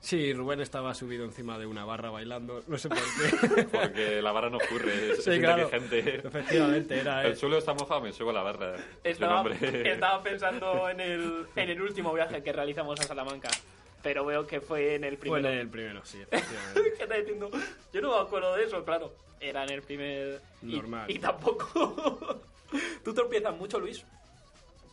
Speaker 2: Sí, Rubén estaba subido encima de una barra bailando, no sé por qué.
Speaker 4: Porque la barra no ocurre. Es
Speaker 2: sí, claro.
Speaker 4: inteligente.
Speaker 2: Efectivamente, era
Speaker 4: El
Speaker 2: él.
Speaker 4: suelo está mojado, me subo a la barra. Es un
Speaker 3: Estaba,
Speaker 4: hombre.
Speaker 3: estaba pensando en el, en el último viaje que realizamos a Salamanca, pero veo que fue en el
Speaker 2: Fue
Speaker 3: primero.
Speaker 2: en el primero, sí, efectivamente.
Speaker 3: ¿Qué está diciendo? Yo no me acuerdo de eso, claro. Era en el primer. y-
Speaker 2: Normal.
Speaker 3: Y, tampoco. ¿Tú tropiezas mucho, Luis?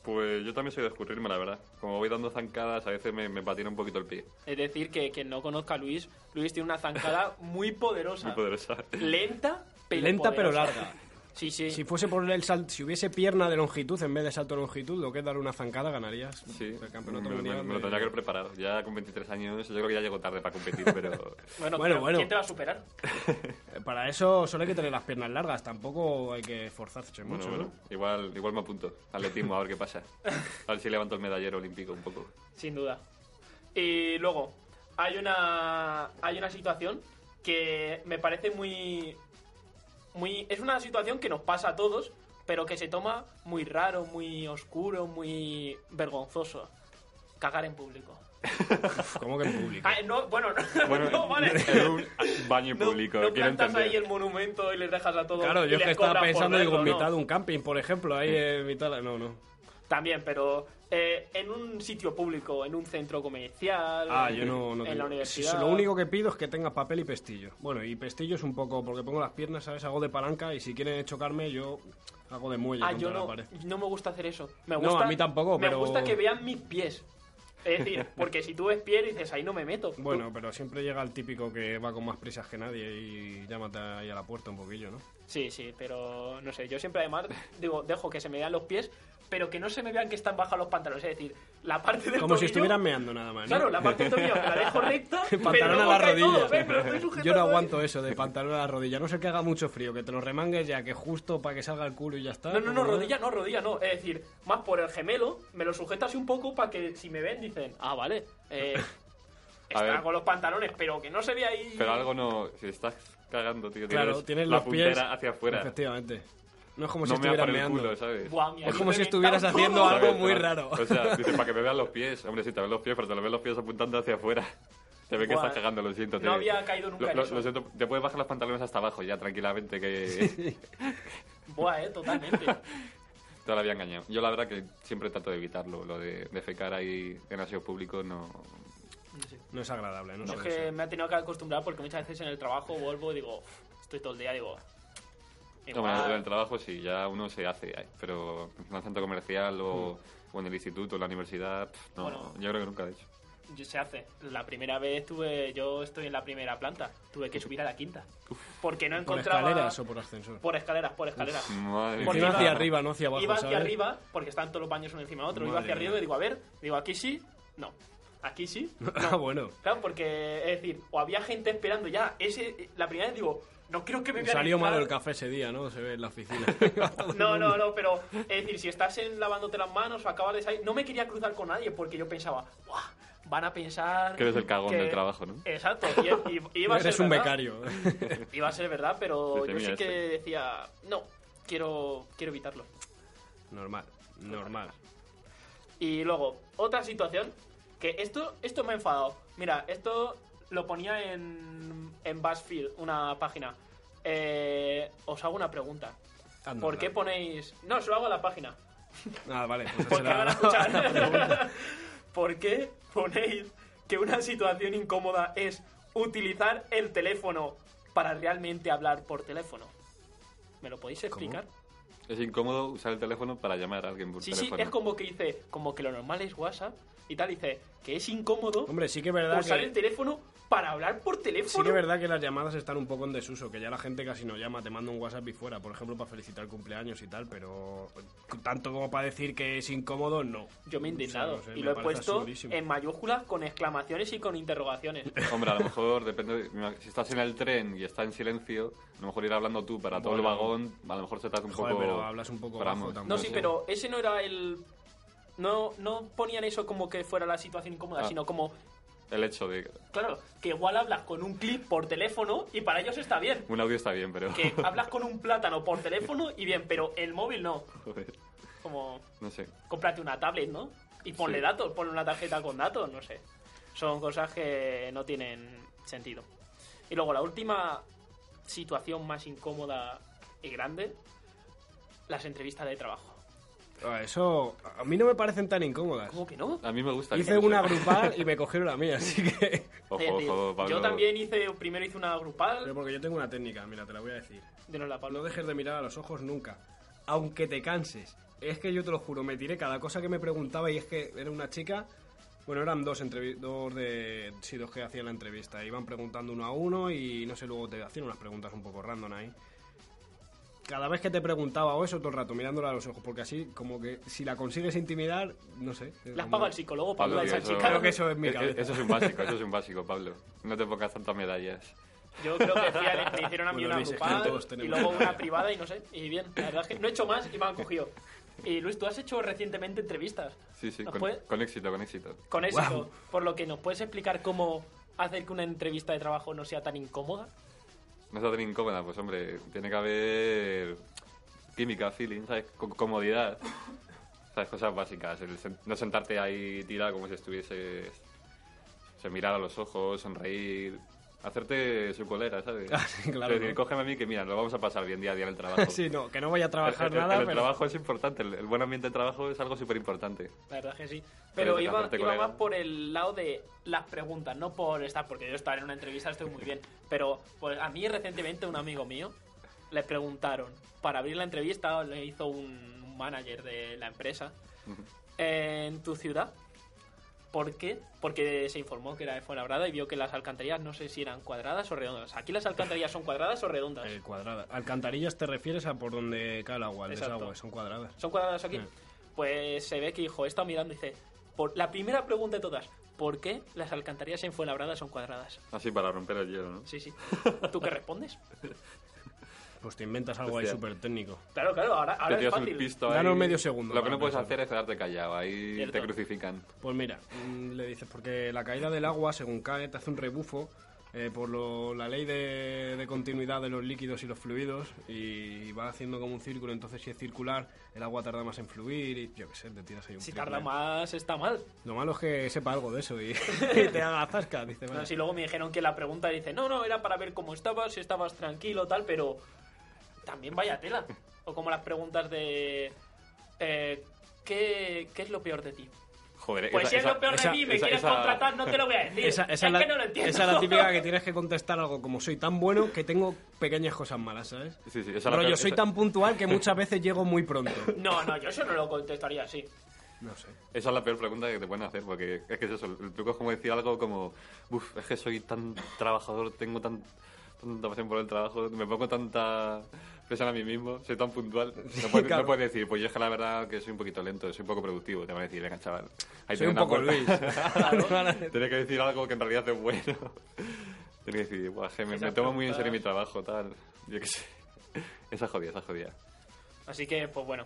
Speaker 4: Pues yo también soy de escurrirme, la verdad. Como voy dando zancadas, a veces me, me patina un poquito el pie.
Speaker 3: Es decir, que quien no conozca a Luis, Luis tiene una zancada muy poderosa.
Speaker 2: Ah.
Speaker 4: Muy poderosa.
Speaker 3: Lenta, pero
Speaker 2: Lenta pero
Speaker 3: poderosa.
Speaker 2: larga.
Speaker 3: Sí, sí.
Speaker 2: Si fuese por el salto, si hubiese pierna de longitud en vez de salto de longitud, lo que es dar una zancada ganarías
Speaker 4: Sí,
Speaker 2: el campeonato
Speaker 4: me, me-
Speaker 2: mundial.
Speaker 4: me lo
Speaker 2: de-
Speaker 4: tendría que haber preparado. Ya con 23 años, yo creo que ya llego tarde para competir, pero
Speaker 2: Bueno,
Speaker 3: Bueno, pero
Speaker 2: bueno.
Speaker 3: ¿quién te va a superar?
Speaker 2: Eh, Para eso solo hay que tener las piernas largas, tampoco hay que forzarse
Speaker 4: bueno,
Speaker 2: mucho.
Speaker 4: bueno. Igual, igual me apunto. Atletismo, a ver qué pasa. A ver si levanto el medallero olímpico un poco.
Speaker 3: Sin duda. Y luego, hay una, hay una situación que me parece muy, muy... Es una situación que nos pasa a todos, pero que se toma muy raro, muy oscuro, muy vergonzoso. Cagar en público.
Speaker 2: ¿no? Como que en público.
Speaker 3: Ah, no, bueno, no,
Speaker 4: Bueno,
Speaker 3: no, vale.
Speaker 4: en un baño
Speaker 3: No,
Speaker 4: público,
Speaker 3: no
Speaker 4: quiero
Speaker 3: plantas
Speaker 4: entender.
Speaker 3: ahí el monumento y les dejas a todos.
Speaker 2: Claro,
Speaker 3: y
Speaker 2: yo es que
Speaker 3: les
Speaker 2: estaba
Speaker 3: cobras por
Speaker 2: pensando, digo,
Speaker 3: verlo,
Speaker 2: en
Speaker 3: ¿no?
Speaker 2: mitad de un camping, por ejemplo, ahí en mitad de la- No, no.
Speaker 3: También, pero eh, en un sitio público, en un centro comercial,
Speaker 2: Ah, yo no, no
Speaker 3: en la universidad.
Speaker 2: Lo único que pido es que tenga papel y pestillo. Bueno, y pestillo es un poco porque pongo las piernas, ¿sabes? Hago de palanca y si quieren chocarme yo hago de muelle
Speaker 3: Ah,
Speaker 2: contra
Speaker 3: yo
Speaker 2: la
Speaker 3: no,
Speaker 2: pared.
Speaker 3: no me gusta hacer eso. Me
Speaker 2: No,
Speaker 3: gusta,
Speaker 2: a mí tampoco,
Speaker 3: me
Speaker 2: pero-
Speaker 3: gusta que vean mis pies. Es decir, porque si tú ves pies dices, ahí no me meto.
Speaker 2: Bueno, pero siempre llega el típico que va con más prisas que nadie y llámate ahí a la puerta un poquillo, ¿no?
Speaker 3: Sí, sí, pero no sé, yo siempre además digo, dejo que se me vean los pies, pero que no se me vean que están bajos los pantalones, es decir, la parte del
Speaker 2: Como si
Speaker 3: tobillo-
Speaker 2: estuvieran meando nada más, ¿no?
Speaker 3: Claro, la parte del tobillo que la dejo recta, pero
Speaker 2: Pantalón a
Speaker 3: luego
Speaker 2: la
Speaker 3: cae
Speaker 2: rodilla.
Speaker 3: todo, ¿ves? Me lo estoy
Speaker 2: Yo no
Speaker 3: sujetando ahí.
Speaker 2: aguanto eso de pantalón a la rodilla. A No sé que haga mucho frío, que te lo remangues ya, que justo para que salga el culo y ya está. pues
Speaker 3: No, no, no,
Speaker 2: como-
Speaker 3: rodilla no, rodilla no. Es decir, más por el gemelo, me lo sujeta así un poco para que si me ven dicen, ah, vale, eh,
Speaker 4: A
Speaker 3: está
Speaker 4: ver.
Speaker 3: con los pantalones, pero que no se vea ahí...
Speaker 4: Pero algo no. Si estás cagando, tío,
Speaker 2: Claro,
Speaker 4: tienes,
Speaker 2: tienes
Speaker 4: la
Speaker 2: los pies
Speaker 4: puntera hacia afuera.
Speaker 2: Efectivamente. No es como si
Speaker 4: no me va
Speaker 2: estuvieras
Speaker 4: por el
Speaker 2: meando.
Speaker 4: culo, ¿sabes? Pues
Speaker 3: Buah, mi
Speaker 2: Es
Speaker 3: amigo
Speaker 2: como si
Speaker 3: me
Speaker 2: estuvieras
Speaker 3: está
Speaker 2: haciendo
Speaker 3: todo.
Speaker 2: algo
Speaker 4: ¿Sabes?
Speaker 2: muy
Speaker 4: Te va-
Speaker 2: raro.
Speaker 4: O sea, dice, para que me vean los pies. Hombre, sí, te ven los pies, pero te lo ven los pies apuntando hacia afuera. Te ve que
Speaker 3: Buah.
Speaker 4: estás cagando, lo siento.
Speaker 3: No
Speaker 4: te-
Speaker 3: había caído nunca
Speaker 4: Lo-
Speaker 3: en
Speaker 4: lo-
Speaker 3: eso.
Speaker 4: lo siento, te puedes bajar los pantalones hasta abajo ya, tranquilamente, que
Speaker 3: Buah, eh, totalmente.
Speaker 4: te lo había engañado. Yo la verdad que siempre trato de evitarlo, lo de defecar ahí en aseo público no...
Speaker 2: No es agradable, no
Speaker 3: Yo
Speaker 2: sé.
Speaker 3: es que me ha tenido que acostumbrar porque muchas veces en el trabajo vuelvo y digo, estoy todo el día, digo...
Speaker 4: Hombre, en el
Speaker 3: Igual,
Speaker 4: trabajo sí, ya uno se hace, eh, pero en un centro comercial o,
Speaker 2: Mm.
Speaker 4: o en el instituto, en la universidad, pff, no,
Speaker 3: Bueno.
Speaker 4: yo creo que nunca he hecho.
Speaker 3: se hace. La primera vez tuve, yo estoy en la primera planta, tuve que subir a la quinta. Porque no
Speaker 2: ¿Por
Speaker 3: encontraba...
Speaker 2: escaleras o por ascensor?
Speaker 3: Por escaleras, por escaleras.
Speaker 4: Madre
Speaker 2: Encima
Speaker 3: Porque
Speaker 4: mía.
Speaker 3: iba-
Speaker 2: hacia arriba, no hacia abajo,
Speaker 3: Iba hacia
Speaker 2: ¿sabes?
Speaker 3: arriba, porque estaban todos los baños uno encima de otro. iba
Speaker 2: Madre
Speaker 3: hacia arriba
Speaker 2: mía.
Speaker 3: y digo, a ver, digo, aquí sí, no. Aquí sí.
Speaker 2: ah, bueno.
Speaker 3: Claro, porque, es decir, o había gente esperando ya. ese La primera vez digo, no creo que me vean
Speaker 2: Salió
Speaker 3: entrar.
Speaker 2: malo el café ese día, ¿no? Se ve en la oficina.
Speaker 3: No, no, no, pero es decir, si estás en- lavándote las manos o acabas de salir, no me quería cruzar con nadie porque yo pensaba, "Buah, van a pensar.
Speaker 4: Que eres el cagón
Speaker 3: que-".
Speaker 4: del trabajo, ¿no?
Speaker 3: Exacto, y, y- y iba a ser.
Speaker 2: Eres un
Speaker 3: verdad.
Speaker 2: becario.
Speaker 3: Iba a ser verdad, pero
Speaker 4: Dice,
Speaker 3: yo
Speaker 4: "Mira
Speaker 3: sí que
Speaker 4: este".
Speaker 3: decía, no, quiero, quiero evitarlo.
Speaker 2: normal, normal.
Speaker 3: Y luego, otra situación que esto, esto me ha enfadado. Mira, esto lo ponía en, en BuzzFeed, una página. Eh, os hago una pregunta.
Speaker 2: Anda,
Speaker 3: ¿Por qué
Speaker 2: anda.
Speaker 3: ponéis.? No, se lo hago a la página.
Speaker 2: Ah, vale. pues
Speaker 3: Porque
Speaker 2: será-
Speaker 3: van a escuchar. ¿Por qué ponéis que una situación incómoda es utilizar el teléfono para realmente hablar por teléfono? ¿Me lo podéis explicar?
Speaker 4: Es incómodo usar el teléfono para llamar a alguien por
Speaker 3: Sí, sí,
Speaker 4: teléfono.
Speaker 3: es como que dice, como que lo normal es WhatsApp y tal, dice que es incómodo
Speaker 2: Hombre, sí que es verdad
Speaker 3: usar
Speaker 2: que...
Speaker 3: el teléfono para hablar por teléfono.
Speaker 2: Sí que es verdad que las llamadas están un poco en desuso, que ya la gente casi no llama, te manda un WhatsApp y fuera, por ejemplo, para felicitar cumpleaños y tal, pero tanto como para decir que es incómodo, no.
Speaker 3: Yo me he
Speaker 2: O sea,
Speaker 3: indignado
Speaker 2: no sé,
Speaker 3: y
Speaker 2: me
Speaker 3: lo he
Speaker 2: parece
Speaker 3: puesto
Speaker 2: absurdísimo.
Speaker 3: en mayúsculas con exclamaciones y con interrogaciones.
Speaker 4: Hombre, a lo mejor depende. de- Si estás en el tren y está en silencio, a lo mejor ir hablando tú para todo
Speaker 2: Bueno.
Speaker 4: el vagón, a lo mejor se te hace un
Speaker 2: Joder,
Speaker 4: poco.
Speaker 2: pero hablas un poco
Speaker 4: pero
Speaker 2: bajo
Speaker 4: vamos.
Speaker 2: tampoco.
Speaker 3: No, sí, pero ese no era el. No, no ponían eso como que fuera la situación incómoda,
Speaker 4: Ah.
Speaker 3: sino como,
Speaker 4: El hecho de.
Speaker 3: claro, que igual hablas con un clip por teléfono y para ellos está bien.
Speaker 4: Un audio está bien, pero.
Speaker 3: Que hablas con un plátano por teléfono y bien, pero el móvil no.
Speaker 4: Joder,
Speaker 3: Como,
Speaker 4: no sé.
Speaker 3: cómprate una tablet, ¿no? Y ponle
Speaker 4: Sí.
Speaker 3: datos, ponle una tarjeta con datos, no sé. Son cosas que no tienen sentido. Y luego la última situación más incómoda y grande, las entrevistas de trabajo.
Speaker 2: Ah, Eso a mí no me parecen tan incómodas.
Speaker 3: ¿Cómo que no?
Speaker 4: A mí me gusta.
Speaker 2: Hice
Speaker 4: incluso.
Speaker 2: una grupal y me cogieron la mía, así que...
Speaker 4: Ojo,
Speaker 3: Es decir,
Speaker 4: ojo, Pablo.
Speaker 3: Yo también hice, primero hice una
Speaker 2: Pero
Speaker 3: grupal.
Speaker 2: porque yo tengo una técnica, mira, te la voy a decir.
Speaker 3: Dínosla,
Speaker 2: No
Speaker 3: Pablo.
Speaker 2: dejes de mirar a los ojos nunca, aunque te canses. Es que yo te lo juro, me tiré cada cosa que me preguntaba y es que era una chica... Bueno, eran dos, entrevi- dos de sí, dos que hacían la entrevista. Iban preguntando uno a uno y no sé, luego te hacían unas preguntas un poco random ahí. Cada vez que te preguntaba o eso, todo el rato mirándola a los ojos, porque así, como que si la consigues intimidar, no sé. es
Speaker 3: Las
Speaker 2: como-
Speaker 3: paga el psicólogo, Pablo,
Speaker 4: Pablo,
Speaker 3: a
Speaker 4: tío,
Speaker 3: esa
Speaker 4: eso-
Speaker 3: chica.
Speaker 2: Creo que eso es mi
Speaker 4: Eh, eh,
Speaker 2: cabeza.
Speaker 4: Eso es un básico, eso es un básico, Pablo. No te pongas tantas medallas.
Speaker 3: Yo creo que fui a- me hicieron a mí
Speaker 2: Bueno,
Speaker 3: una
Speaker 2: Luis, es que
Speaker 3: grupal
Speaker 2: todos
Speaker 3: y
Speaker 2: tenemos
Speaker 3: luego
Speaker 2: una.
Speaker 3: una privada y no sé. Y bien, la verdad es que no he hecho más y me han cogido. Y Luis, tú has hecho recientemente entrevistas.
Speaker 4: Sí, sí,
Speaker 3: ¿Nos
Speaker 4: con,
Speaker 3: puede-
Speaker 4: con éxito, con éxito.
Speaker 3: Con éxito.
Speaker 2: Guau.
Speaker 3: Por lo que nos puedes explicar cómo hacer que una entrevista de trabajo no sea tan incómoda.
Speaker 4: No está tan incómoda, pues hombre, tiene que haber química, feeling, ¿sabes? Co- comodidad. ¿Sabes? Cosas básicas. el sen- no sentarte ahí tirado como si estuvieses. O sea, mirar a los ojos, sonreír, hacerte su colera, ¿sabes?
Speaker 2: Ah, sí, claro,
Speaker 4: Es decir,
Speaker 2: ¿no?
Speaker 4: cógeme a mí que mira, lo vamos a pasar bien día a día en el trabajo.
Speaker 2: Sí, no, que no voy a trabajar
Speaker 4: el, el-
Speaker 2: nada,
Speaker 4: el
Speaker 2: pero...
Speaker 4: trabajo es importante, el, el buen ambiente de trabajo es algo súper importante.
Speaker 3: La verdad que sí. Pero
Speaker 4: Puedes
Speaker 3: iba,
Speaker 4: hacerte
Speaker 3: iba
Speaker 4: colega.
Speaker 3: más por el lado de las preguntas, no por estar, porque yo estar en una entrevista estoy muy bien. Pero pues, a mí recientemente un amigo mío le preguntaron, para abrir la entrevista le hizo un un manager de la empresa, en tu ciudad, ¿por qué? Porque se informó que era de Fuenlabrada y vio que las alcantarillas no sé si eran cuadradas o redondas. Aquí las alcantarillas son cuadradas o redondas.
Speaker 2: Eh, cuadrada. Alcantarillas te refieres a por donde cae el agua, el
Speaker 3: Exacto.
Speaker 2: desagüe, son cuadradas.
Speaker 3: ¿Son cuadrados aquí?
Speaker 4: Hmm.
Speaker 2: Sí.
Speaker 3: Pues se ve que hijo está mirando y dice, por, la primera pregunta de todas, ¿por qué las alcantarillas en Fuenlabrada son cuadradas?
Speaker 4: Así para romper el hielo, ¿no?
Speaker 3: Sí, sí. ¿Tú qué respondes?
Speaker 2: Pues te inventas algo ahí
Speaker 4: Hostia.
Speaker 2: súper técnico.
Speaker 3: Claro, claro, ahora, ahora
Speaker 4: te
Speaker 3: es
Speaker 4: tiras un
Speaker 3: fácil.
Speaker 4: pisto ahí.
Speaker 2: Danos medio segundo
Speaker 4: Lo que
Speaker 2: para
Speaker 4: no puedes
Speaker 2: pensar.
Speaker 4: hacer es quedarte callado, ahí
Speaker 3: Cierto.
Speaker 4: te crucifican.
Speaker 2: Pues mira, mm, le dices, porque la caída del agua, según cae, te hace un rebufo eh, por lo- la ley de, de continuidad de los líquidos y los fluidos y va haciendo como un círculo, entonces si es circular, el agua tarda más en fluir y yo qué sé, te tiras ahí un
Speaker 3: Si
Speaker 2: triple.
Speaker 3: tarda más, está mal.
Speaker 2: Lo malo es que sepa algo de eso y, y te haga zasca, dice,
Speaker 3: No
Speaker 2: vale.
Speaker 3: sé si luego me dijeron que la pregunta dice, no, no, era para ver cómo estabas, si estabas tranquilo, tal, pero también vaya tela. O como las preguntas de... eh, ¿qué, ¿Qué es lo peor de ti?
Speaker 4: Joder,
Speaker 3: Pues
Speaker 4: esa-
Speaker 3: si es
Speaker 4: esa-
Speaker 3: lo peor de
Speaker 4: esa-
Speaker 3: mí, me
Speaker 4: esa-
Speaker 3: quieres
Speaker 4: esa-
Speaker 3: contratar, no te lo voy a decir.
Speaker 2: Esa, esa
Speaker 3: es
Speaker 2: es la,
Speaker 3: que no lo entiendo.
Speaker 2: esa es la típica que tienes que contestar algo como soy tan bueno que tengo pequeñas cosas malas, ¿sabes?
Speaker 4: Sí, sí, esa es la
Speaker 2: Pero yo
Speaker 4: peor-
Speaker 2: soy
Speaker 4: esa-
Speaker 2: tan puntual que muchas veces llego muy pronto.
Speaker 3: No, no, yo eso no lo contestaría así.
Speaker 2: No sé.
Speaker 4: Esa es la peor pregunta que te pueden hacer, porque es que es eso, el truco es como decir algo como, uff, es que soy tan trabajador, tengo tan, tanta pasión por el trabajo, me pongo tanta presión a mí mismo, soy tan puntual. No puedes,
Speaker 2: claro.
Speaker 4: no puedes decir, pues yo es que la verdad que soy un poquito lento, soy un poco productivo, te van a decir, venga chaval. Ahí
Speaker 2: Soy un
Speaker 4: tienes una
Speaker 2: poco
Speaker 4: puerta.
Speaker 2: Luis.
Speaker 4: Tienes que decir algo que en realidad es bueno. Tienes que decir, "Buah, que me, me
Speaker 3: Esas
Speaker 4: tomo muy en
Speaker 3: preguntas.
Speaker 4: serio mi trabajo, tal. Yo qué sé. Esa jodida, esa jodida.
Speaker 3: Así que, pues bueno,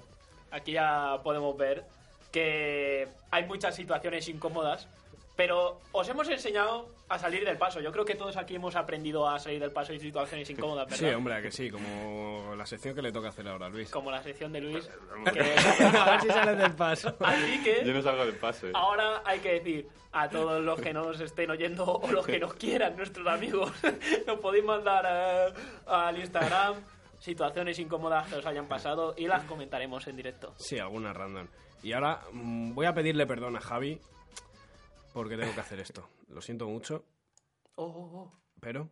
Speaker 3: aquí ya podemos ver que hay muchas situaciones incómodas, pero os hemos enseñado a salir del paso. Yo creo que todos aquí hemos aprendido a salir del paso y situaciones incómodas, ¿verdad?
Speaker 2: Sí, hombre, a que sí, como la sección que le toca hacer ahora a Luis.
Speaker 3: Como la sección de Luis.
Speaker 2: a ver si
Speaker 3: que-
Speaker 2: sales del paso.
Speaker 3: Así
Speaker 4: Yo
Speaker 3: que
Speaker 4: no salgo del paso. eh.
Speaker 3: ahora hay que decir a todos los que nos estén oyendo o los que nos quieran, nuestros amigos, nos podéis mandar eh, al Instagram situaciones incómodas que os hayan pasado y las comentaremos en directo.
Speaker 2: Sí, alguna random. Y ahora mm, voy a pedirle perdón a Javi porque tengo que hacer esto. Lo siento mucho,
Speaker 3: Oh, oh, oh.
Speaker 2: pero...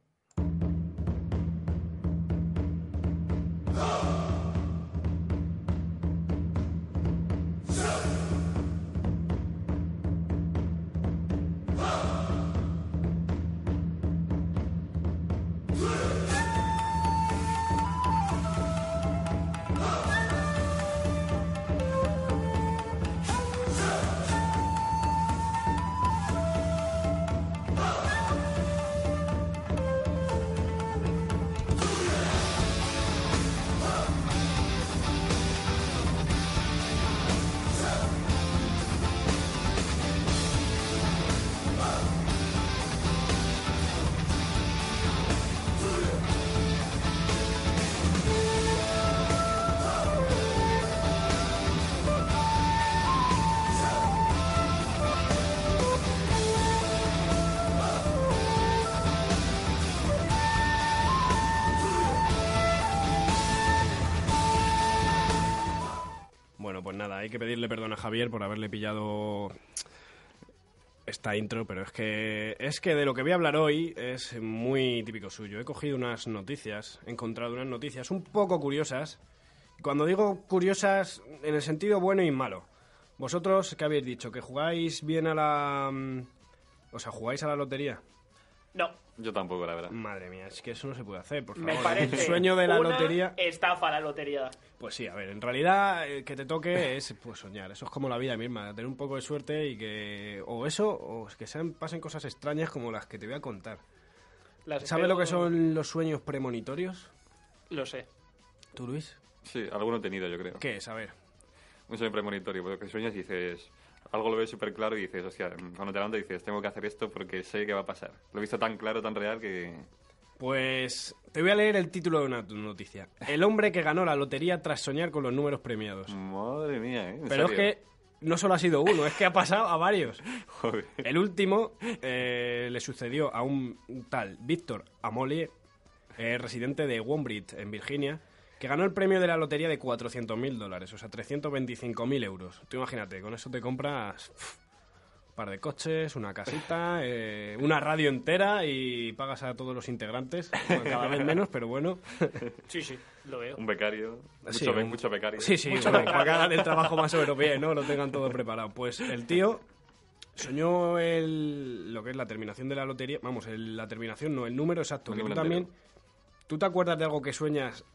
Speaker 2: Bueno, pues nada, hay que pedirle perdón a Javier por haberle pillado esta intro, pero es que es que de lo que voy a hablar hoy es muy típico suyo. He cogido unas noticias, he encontrado unas noticias un poco curiosas. Cuando digo curiosas, en el sentido bueno y malo. Vosotros, ¿qué habéis dicho? ¿Que jugáis bien a la... mm, O sea, ¿jugáis a la lotería?
Speaker 3: No,
Speaker 4: Yo tampoco, la verdad.
Speaker 2: Madre mía, es que eso no se puede hacer, por favor.
Speaker 3: Me parece.
Speaker 2: El sueño de la
Speaker 3: una
Speaker 2: lotería...
Speaker 3: Estafa la lotería.
Speaker 2: Pues sí, a ver, en realidad eh, que te toque es pues soñar, eso es como la vida misma, tener un poco de suerte y que o eso o que sean, pasen cosas extrañas como las que te voy a contar.
Speaker 3: Las
Speaker 2: ¿Sabes
Speaker 3: espero-
Speaker 2: lo que son los sueños premonitorios?
Speaker 3: Lo sé.
Speaker 2: ¿Tú, Luis?
Speaker 4: Sí, alguno he tenido, yo creo.
Speaker 2: ¿Qué es? A ver.
Speaker 4: un sueño premonitorio, porque sueñas y dices, algo lo ves súper claro y dices, hostia, cuando te levantas dices, tengo que hacer esto porque sé que va a pasar. Lo he visto tan claro, tan real que...
Speaker 2: Pues te voy a leer el título de una noticia. El hombre que ganó la lotería tras soñar con los números premiados.
Speaker 4: Madre mía, ¿eh? ¿En
Speaker 2: Pero es
Speaker 4: serio?
Speaker 2: que no solo ha sido uno, es que ha pasado a varios.
Speaker 4: Joder.
Speaker 2: El último eh, le sucedió a un tal Víctor Amolie, eh, residente de Wombridge, en Virginia, que ganó el premio de la lotería de 400.000 dólares, o sea, 325.000 euros. Tú imagínate, con eso te compras pf, un par de coches, una casita, eh, una radio entera y pagas a todos los integrantes, bueno, cada vez menos, pero bueno.
Speaker 3: Sí, sí, lo veo.
Speaker 4: Un becario. Mucho,
Speaker 2: Sí,
Speaker 4: be-
Speaker 2: un-
Speaker 4: mucho becario.
Speaker 2: Sí, sí, bueno, para que hagan el trabajo más o menos bien, ¿no? Lo tengan todo preparado. Pues el tío soñó el, lo que es la terminación de la lotería. Vamos, el- la terminación no, el número exacto.
Speaker 4: El
Speaker 2: que tú
Speaker 4: número
Speaker 2: también.
Speaker 4: entero.
Speaker 2: ¿Tú te acuerdas de algo que sueñas?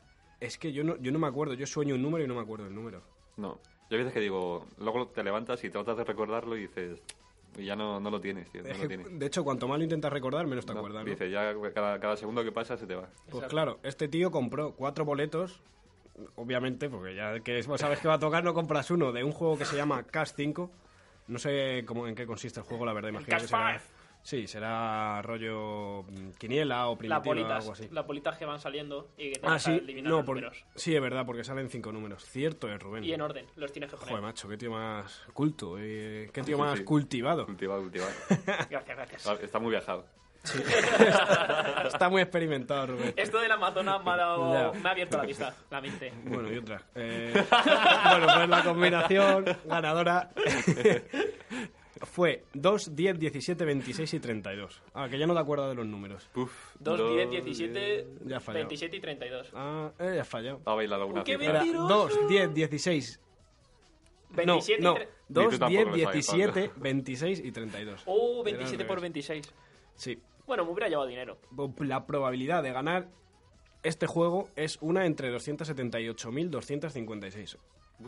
Speaker 2: Es que yo no, yo no me acuerdo. Yo sueño un número y no me acuerdo el número.
Speaker 4: No. Yo a veces que digo, luego te levantas y tratas de recordarlo y dices, y ya no, no lo tienes, tío, no
Speaker 2: Es
Speaker 4: lo
Speaker 2: que,
Speaker 4: tienes.
Speaker 2: de hecho, cuanto más lo intentas recordar, menos te
Speaker 4: No,
Speaker 2: acuerdas. ¿no?
Speaker 4: Dices, ya cada, cada segundo que pasa se te va.
Speaker 2: Pues claro, este tío compró cuatro boletos, obviamente, porque ya que es- pues, sabes que va a tocar, no compras uno, de un juego que se llama Cash 5. No sé cómo, en qué consiste el juego, la verdad, imagino
Speaker 3: Cash
Speaker 2: que será...
Speaker 3: Five.
Speaker 2: Sí, será rollo mm, quiniela o
Speaker 3: Las
Speaker 2: primitiva o
Speaker 3: bolitas,
Speaker 2: algo así.
Speaker 3: las bolitas que van saliendo y que te
Speaker 2: Ah, sí,
Speaker 3: eliminar
Speaker 2: no,
Speaker 3: los
Speaker 2: porque-
Speaker 3: números.
Speaker 2: sí, es verdad, porque salen cinco números. Cierto es, Rubén.
Speaker 3: Y en orden, los tienes que
Speaker 2: Joder,
Speaker 3: poner.
Speaker 2: macho, qué tío más culto, eh, qué tío
Speaker 4: Sí,
Speaker 2: más
Speaker 4: sí.
Speaker 2: cultivado.
Speaker 4: Cultivado, cultivado.
Speaker 3: Gracias, gracias.
Speaker 4: Está- Está muy viajado.
Speaker 2: Está muy experimentado, Rubén.
Speaker 3: Esto del Amazonas me ha,
Speaker 2: Ya.
Speaker 3: dado- me ha abierto la vista, la mente.
Speaker 2: Bueno, y otras. Eh, bueno, pues la combinación ganadora fue 2, 10, 17, 26 y 32. Ah, que ya no te acuerdas de los números.
Speaker 4: Puf.
Speaker 3: 2, 10, 17,
Speaker 2: Ya ha fallado.
Speaker 3: 27 y 32.
Speaker 2: Ah, eh, ya has fallado.
Speaker 4: Ha bailado alguna
Speaker 3: qué
Speaker 4: cifra.
Speaker 2: Era
Speaker 3: Mentiroso.
Speaker 2: 2, 10, 16. No,
Speaker 3: 27
Speaker 2: no.
Speaker 3: y tre-
Speaker 4: Ni tú
Speaker 2: 2,
Speaker 4: tampoco
Speaker 2: 10,
Speaker 4: lo sabes,
Speaker 2: 17, 26 y 32.
Speaker 3: Oh,
Speaker 2: Era al
Speaker 3: 27 por
Speaker 2: revés.
Speaker 3: 26.
Speaker 2: Sí.
Speaker 3: Bueno, me hubiera llevado dinero.
Speaker 2: La probabilidad de ganar este juego es una entre 278.256.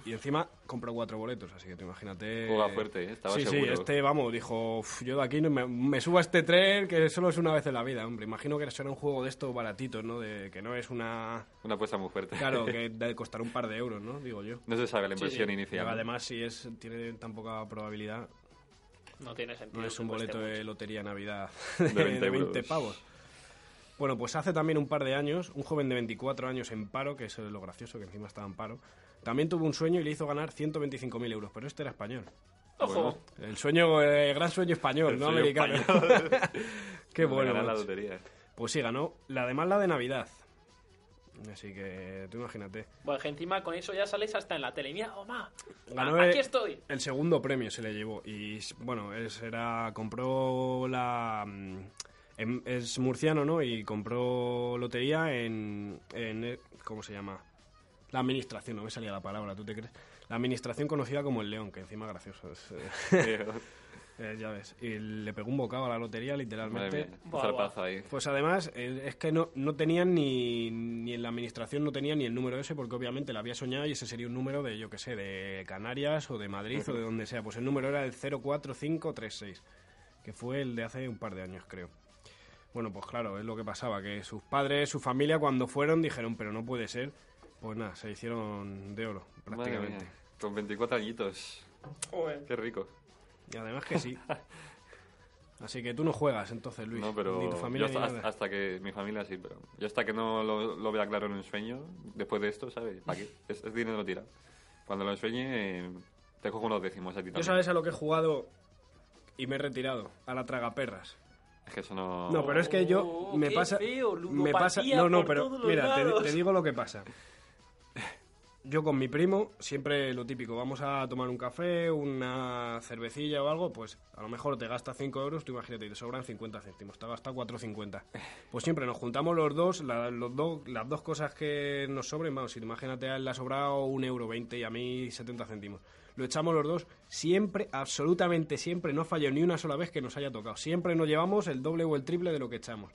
Speaker 2: Y encima compró cuatro boletos, así que tú imagínate.
Speaker 4: Juega fuerte, ¿eh? Estaba
Speaker 2: sí, sí,
Speaker 4: seguro.
Speaker 2: este, vamos, dijo, "Uf, yo de aquí no me, me subo a este tren que solo es una vez en la vida, hombre. Imagino que será un juego de estos baratitos, ¿no? De, que no es una.
Speaker 4: Una apuesta muy fuerte.
Speaker 2: Claro, que debe costar un par de euros, ¿no? Digo yo.
Speaker 4: No se sabe la inversión
Speaker 3: sí.
Speaker 4: inicial.
Speaker 2: Pero además, si es, tiene tan poca probabilidad,
Speaker 3: No tiene sentido.
Speaker 2: no es un
Speaker 3: que
Speaker 2: boleto
Speaker 3: cueste
Speaker 2: de lotería Navidad de
Speaker 4: 20
Speaker 2: 20,
Speaker 4: euros.
Speaker 2: pavos. Bueno, pues hace también un par de años, un joven de 24 años en paro, que es lo gracioso, que encima estaba en paro, también tuvo un sueño y le hizo ganar 125.000 euros, pero este era español.
Speaker 3: mucho. Ojo,
Speaker 4: Bueno,
Speaker 2: El sueño, el gran sueño español,
Speaker 4: El
Speaker 2: no
Speaker 4: sueño
Speaker 2: americano. Qué
Speaker 4: Me
Speaker 2: bueno.
Speaker 4: gana la
Speaker 2: macho.
Speaker 4: lotería.
Speaker 2: Pues sí, ganó. La además la de Navidad. Así que tú imagínate.
Speaker 3: bueno, pues, que encima con eso ya sales hasta en la tele. Mira, Oma,
Speaker 2: Ganó
Speaker 3: a-
Speaker 2: el-
Speaker 3: Ah, aquí estoy.
Speaker 2: El segundo premio se le llevó y bueno, es, era, compró la... mm, em- Es murciano, ¿no? Y compró lotería en, en... eh, ¿Cómo se llama? La administración, no me salía la palabra, ¿tú te crees? La administración conocida como el León, que encima gracioso es... eh, eh, ya ves. Y le pegó un bocado a la lotería,
Speaker 4: Madre
Speaker 2: literalmente.
Speaker 4: mía, un
Speaker 3: Buah,
Speaker 4: zarpazo ahí.
Speaker 2: Pues además, eh, es que no, no tenían ni, ni en la administración, no tenían ni el número ese, porque obviamente la había soñado y ese sería un número de, yo que sé, de Canarias o de Madrid o de donde sea. Pues el número era el 04536, que fue el de hace un par de años, creo. Bueno, pues claro, es lo que pasaba, que sus padres, su familia, cuando fueron, dijeron, pero no puede ser. Pues nada, se hicieron de oro,
Speaker 4: Madre
Speaker 2: prácticamente.
Speaker 4: mía. Con 24 añitos.
Speaker 3: Joder.
Speaker 4: Qué rico.
Speaker 2: Y además que sí. Así que tú no juegas entonces, Luis.
Speaker 4: No, pero
Speaker 2: ni tu
Speaker 4: yo
Speaker 2: familia ni
Speaker 4: hasta,
Speaker 2: nada.
Speaker 4: hasta que mi familia sí, pero yo hasta que no lo, lo vea claro en un sueño, después de esto, ¿sabes? ¿Para qué? Es, es dinero tira. Cuando lo sueñe, eh, te cojo unos décimos a ti
Speaker 2: Yo
Speaker 4: también.
Speaker 2: sabes a lo que he jugado y me he retirado, a la tragaperras.
Speaker 4: Es que eso no...
Speaker 2: No, pero es que yo
Speaker 3: Oh,
Speaker 2: me
Speaker 3: qué
Speaker 2: pasa
Speaker 3: feo,
Speaker 2: me pasa
Speaker 3: ludopatía
Speaker 2: no, no,
Speaker 3: por
Speaker 2: pero
Speaker 3: todos los
Speaker 2: mira, te,
Speaker 3: lados.
Speaker 2: te digo lo que pasa. Yo con mi primo, siempre lo típico, vamos a tomar un café, una cervecilla o algo, pues a lo mejor te gastas 5 euros, tú imagínate, y te sobran 50 céntimos, te gasta 4,50. Pues siempre nos juntamos los dos, la- los dos- las dos cosas que nos sobren, vamos, si imagínate a él le ha sobrado un euro 20 y a mí 70 céntimos. Lo echamos los dos, siempre, absolutamente siempre, no ha fallado ni una sola vez que nos haya tocado. Siempre nos llevamos el doble o el triple de lo que echamos.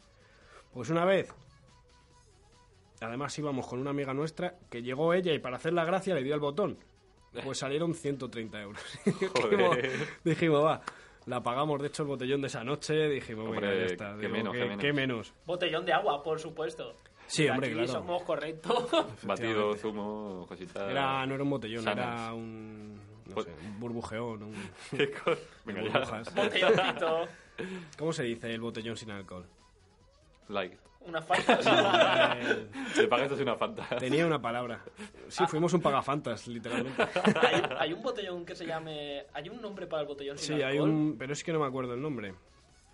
Speaker 2: Pues una vez Además íbamos con una amiga nuestra que llegó ella y para hacer la gracia le dio al botón.
Speaker 4: Eh.
Speaker 2: Pues salieron 130 euros. dijimos, dijimos, va, la pagamos de hecho el botellón de esa noche. Dijimos,
Speaker 4: Hombre,
Speaker 2: venga, ya está.
Speaker 4: qué
Speaker 2: Digo,
Speaker 4: menos, qué menos.
Speaker 3: Botellón de agua, por supuesto.
Speaker 2: Sí, hombre,
Speaker 3: Aquí
Speaker 2: claro.
Speaker 3: somos correctos.
Speaker 4: Batido, zumo, cositas...
Speaker 2: Era, no era un botellón,
Speaker 4: Sanas.
Speaker 2: era un, no
Speaker 4: Pues-
Speaker 2: sé, un burbujeón. un-
Speaker 4: Qué cosa. Venga, ya.
Speaker 2: burbujas.
Speaker 3: Botelloncito.
Speaker 2: ¿Cómo se dice el botellón sin alcohol?
Speaker 4: Like.
Speaker 3: Una falta. o sea,
Speaker 4: Le pagas es una fanta.
Speaker 2: Eh, Tenía una palabra. Sí, fuimos un pagafantas, literalmente.
Speaker 3: hay, hay un botellón que se llame. Hay un nombre para el botellón. sin
Speaker 2: Sí, hay
Speaker 3: alcohol?
Speaker 2: un... Pero es que no me acuerdo el nombre.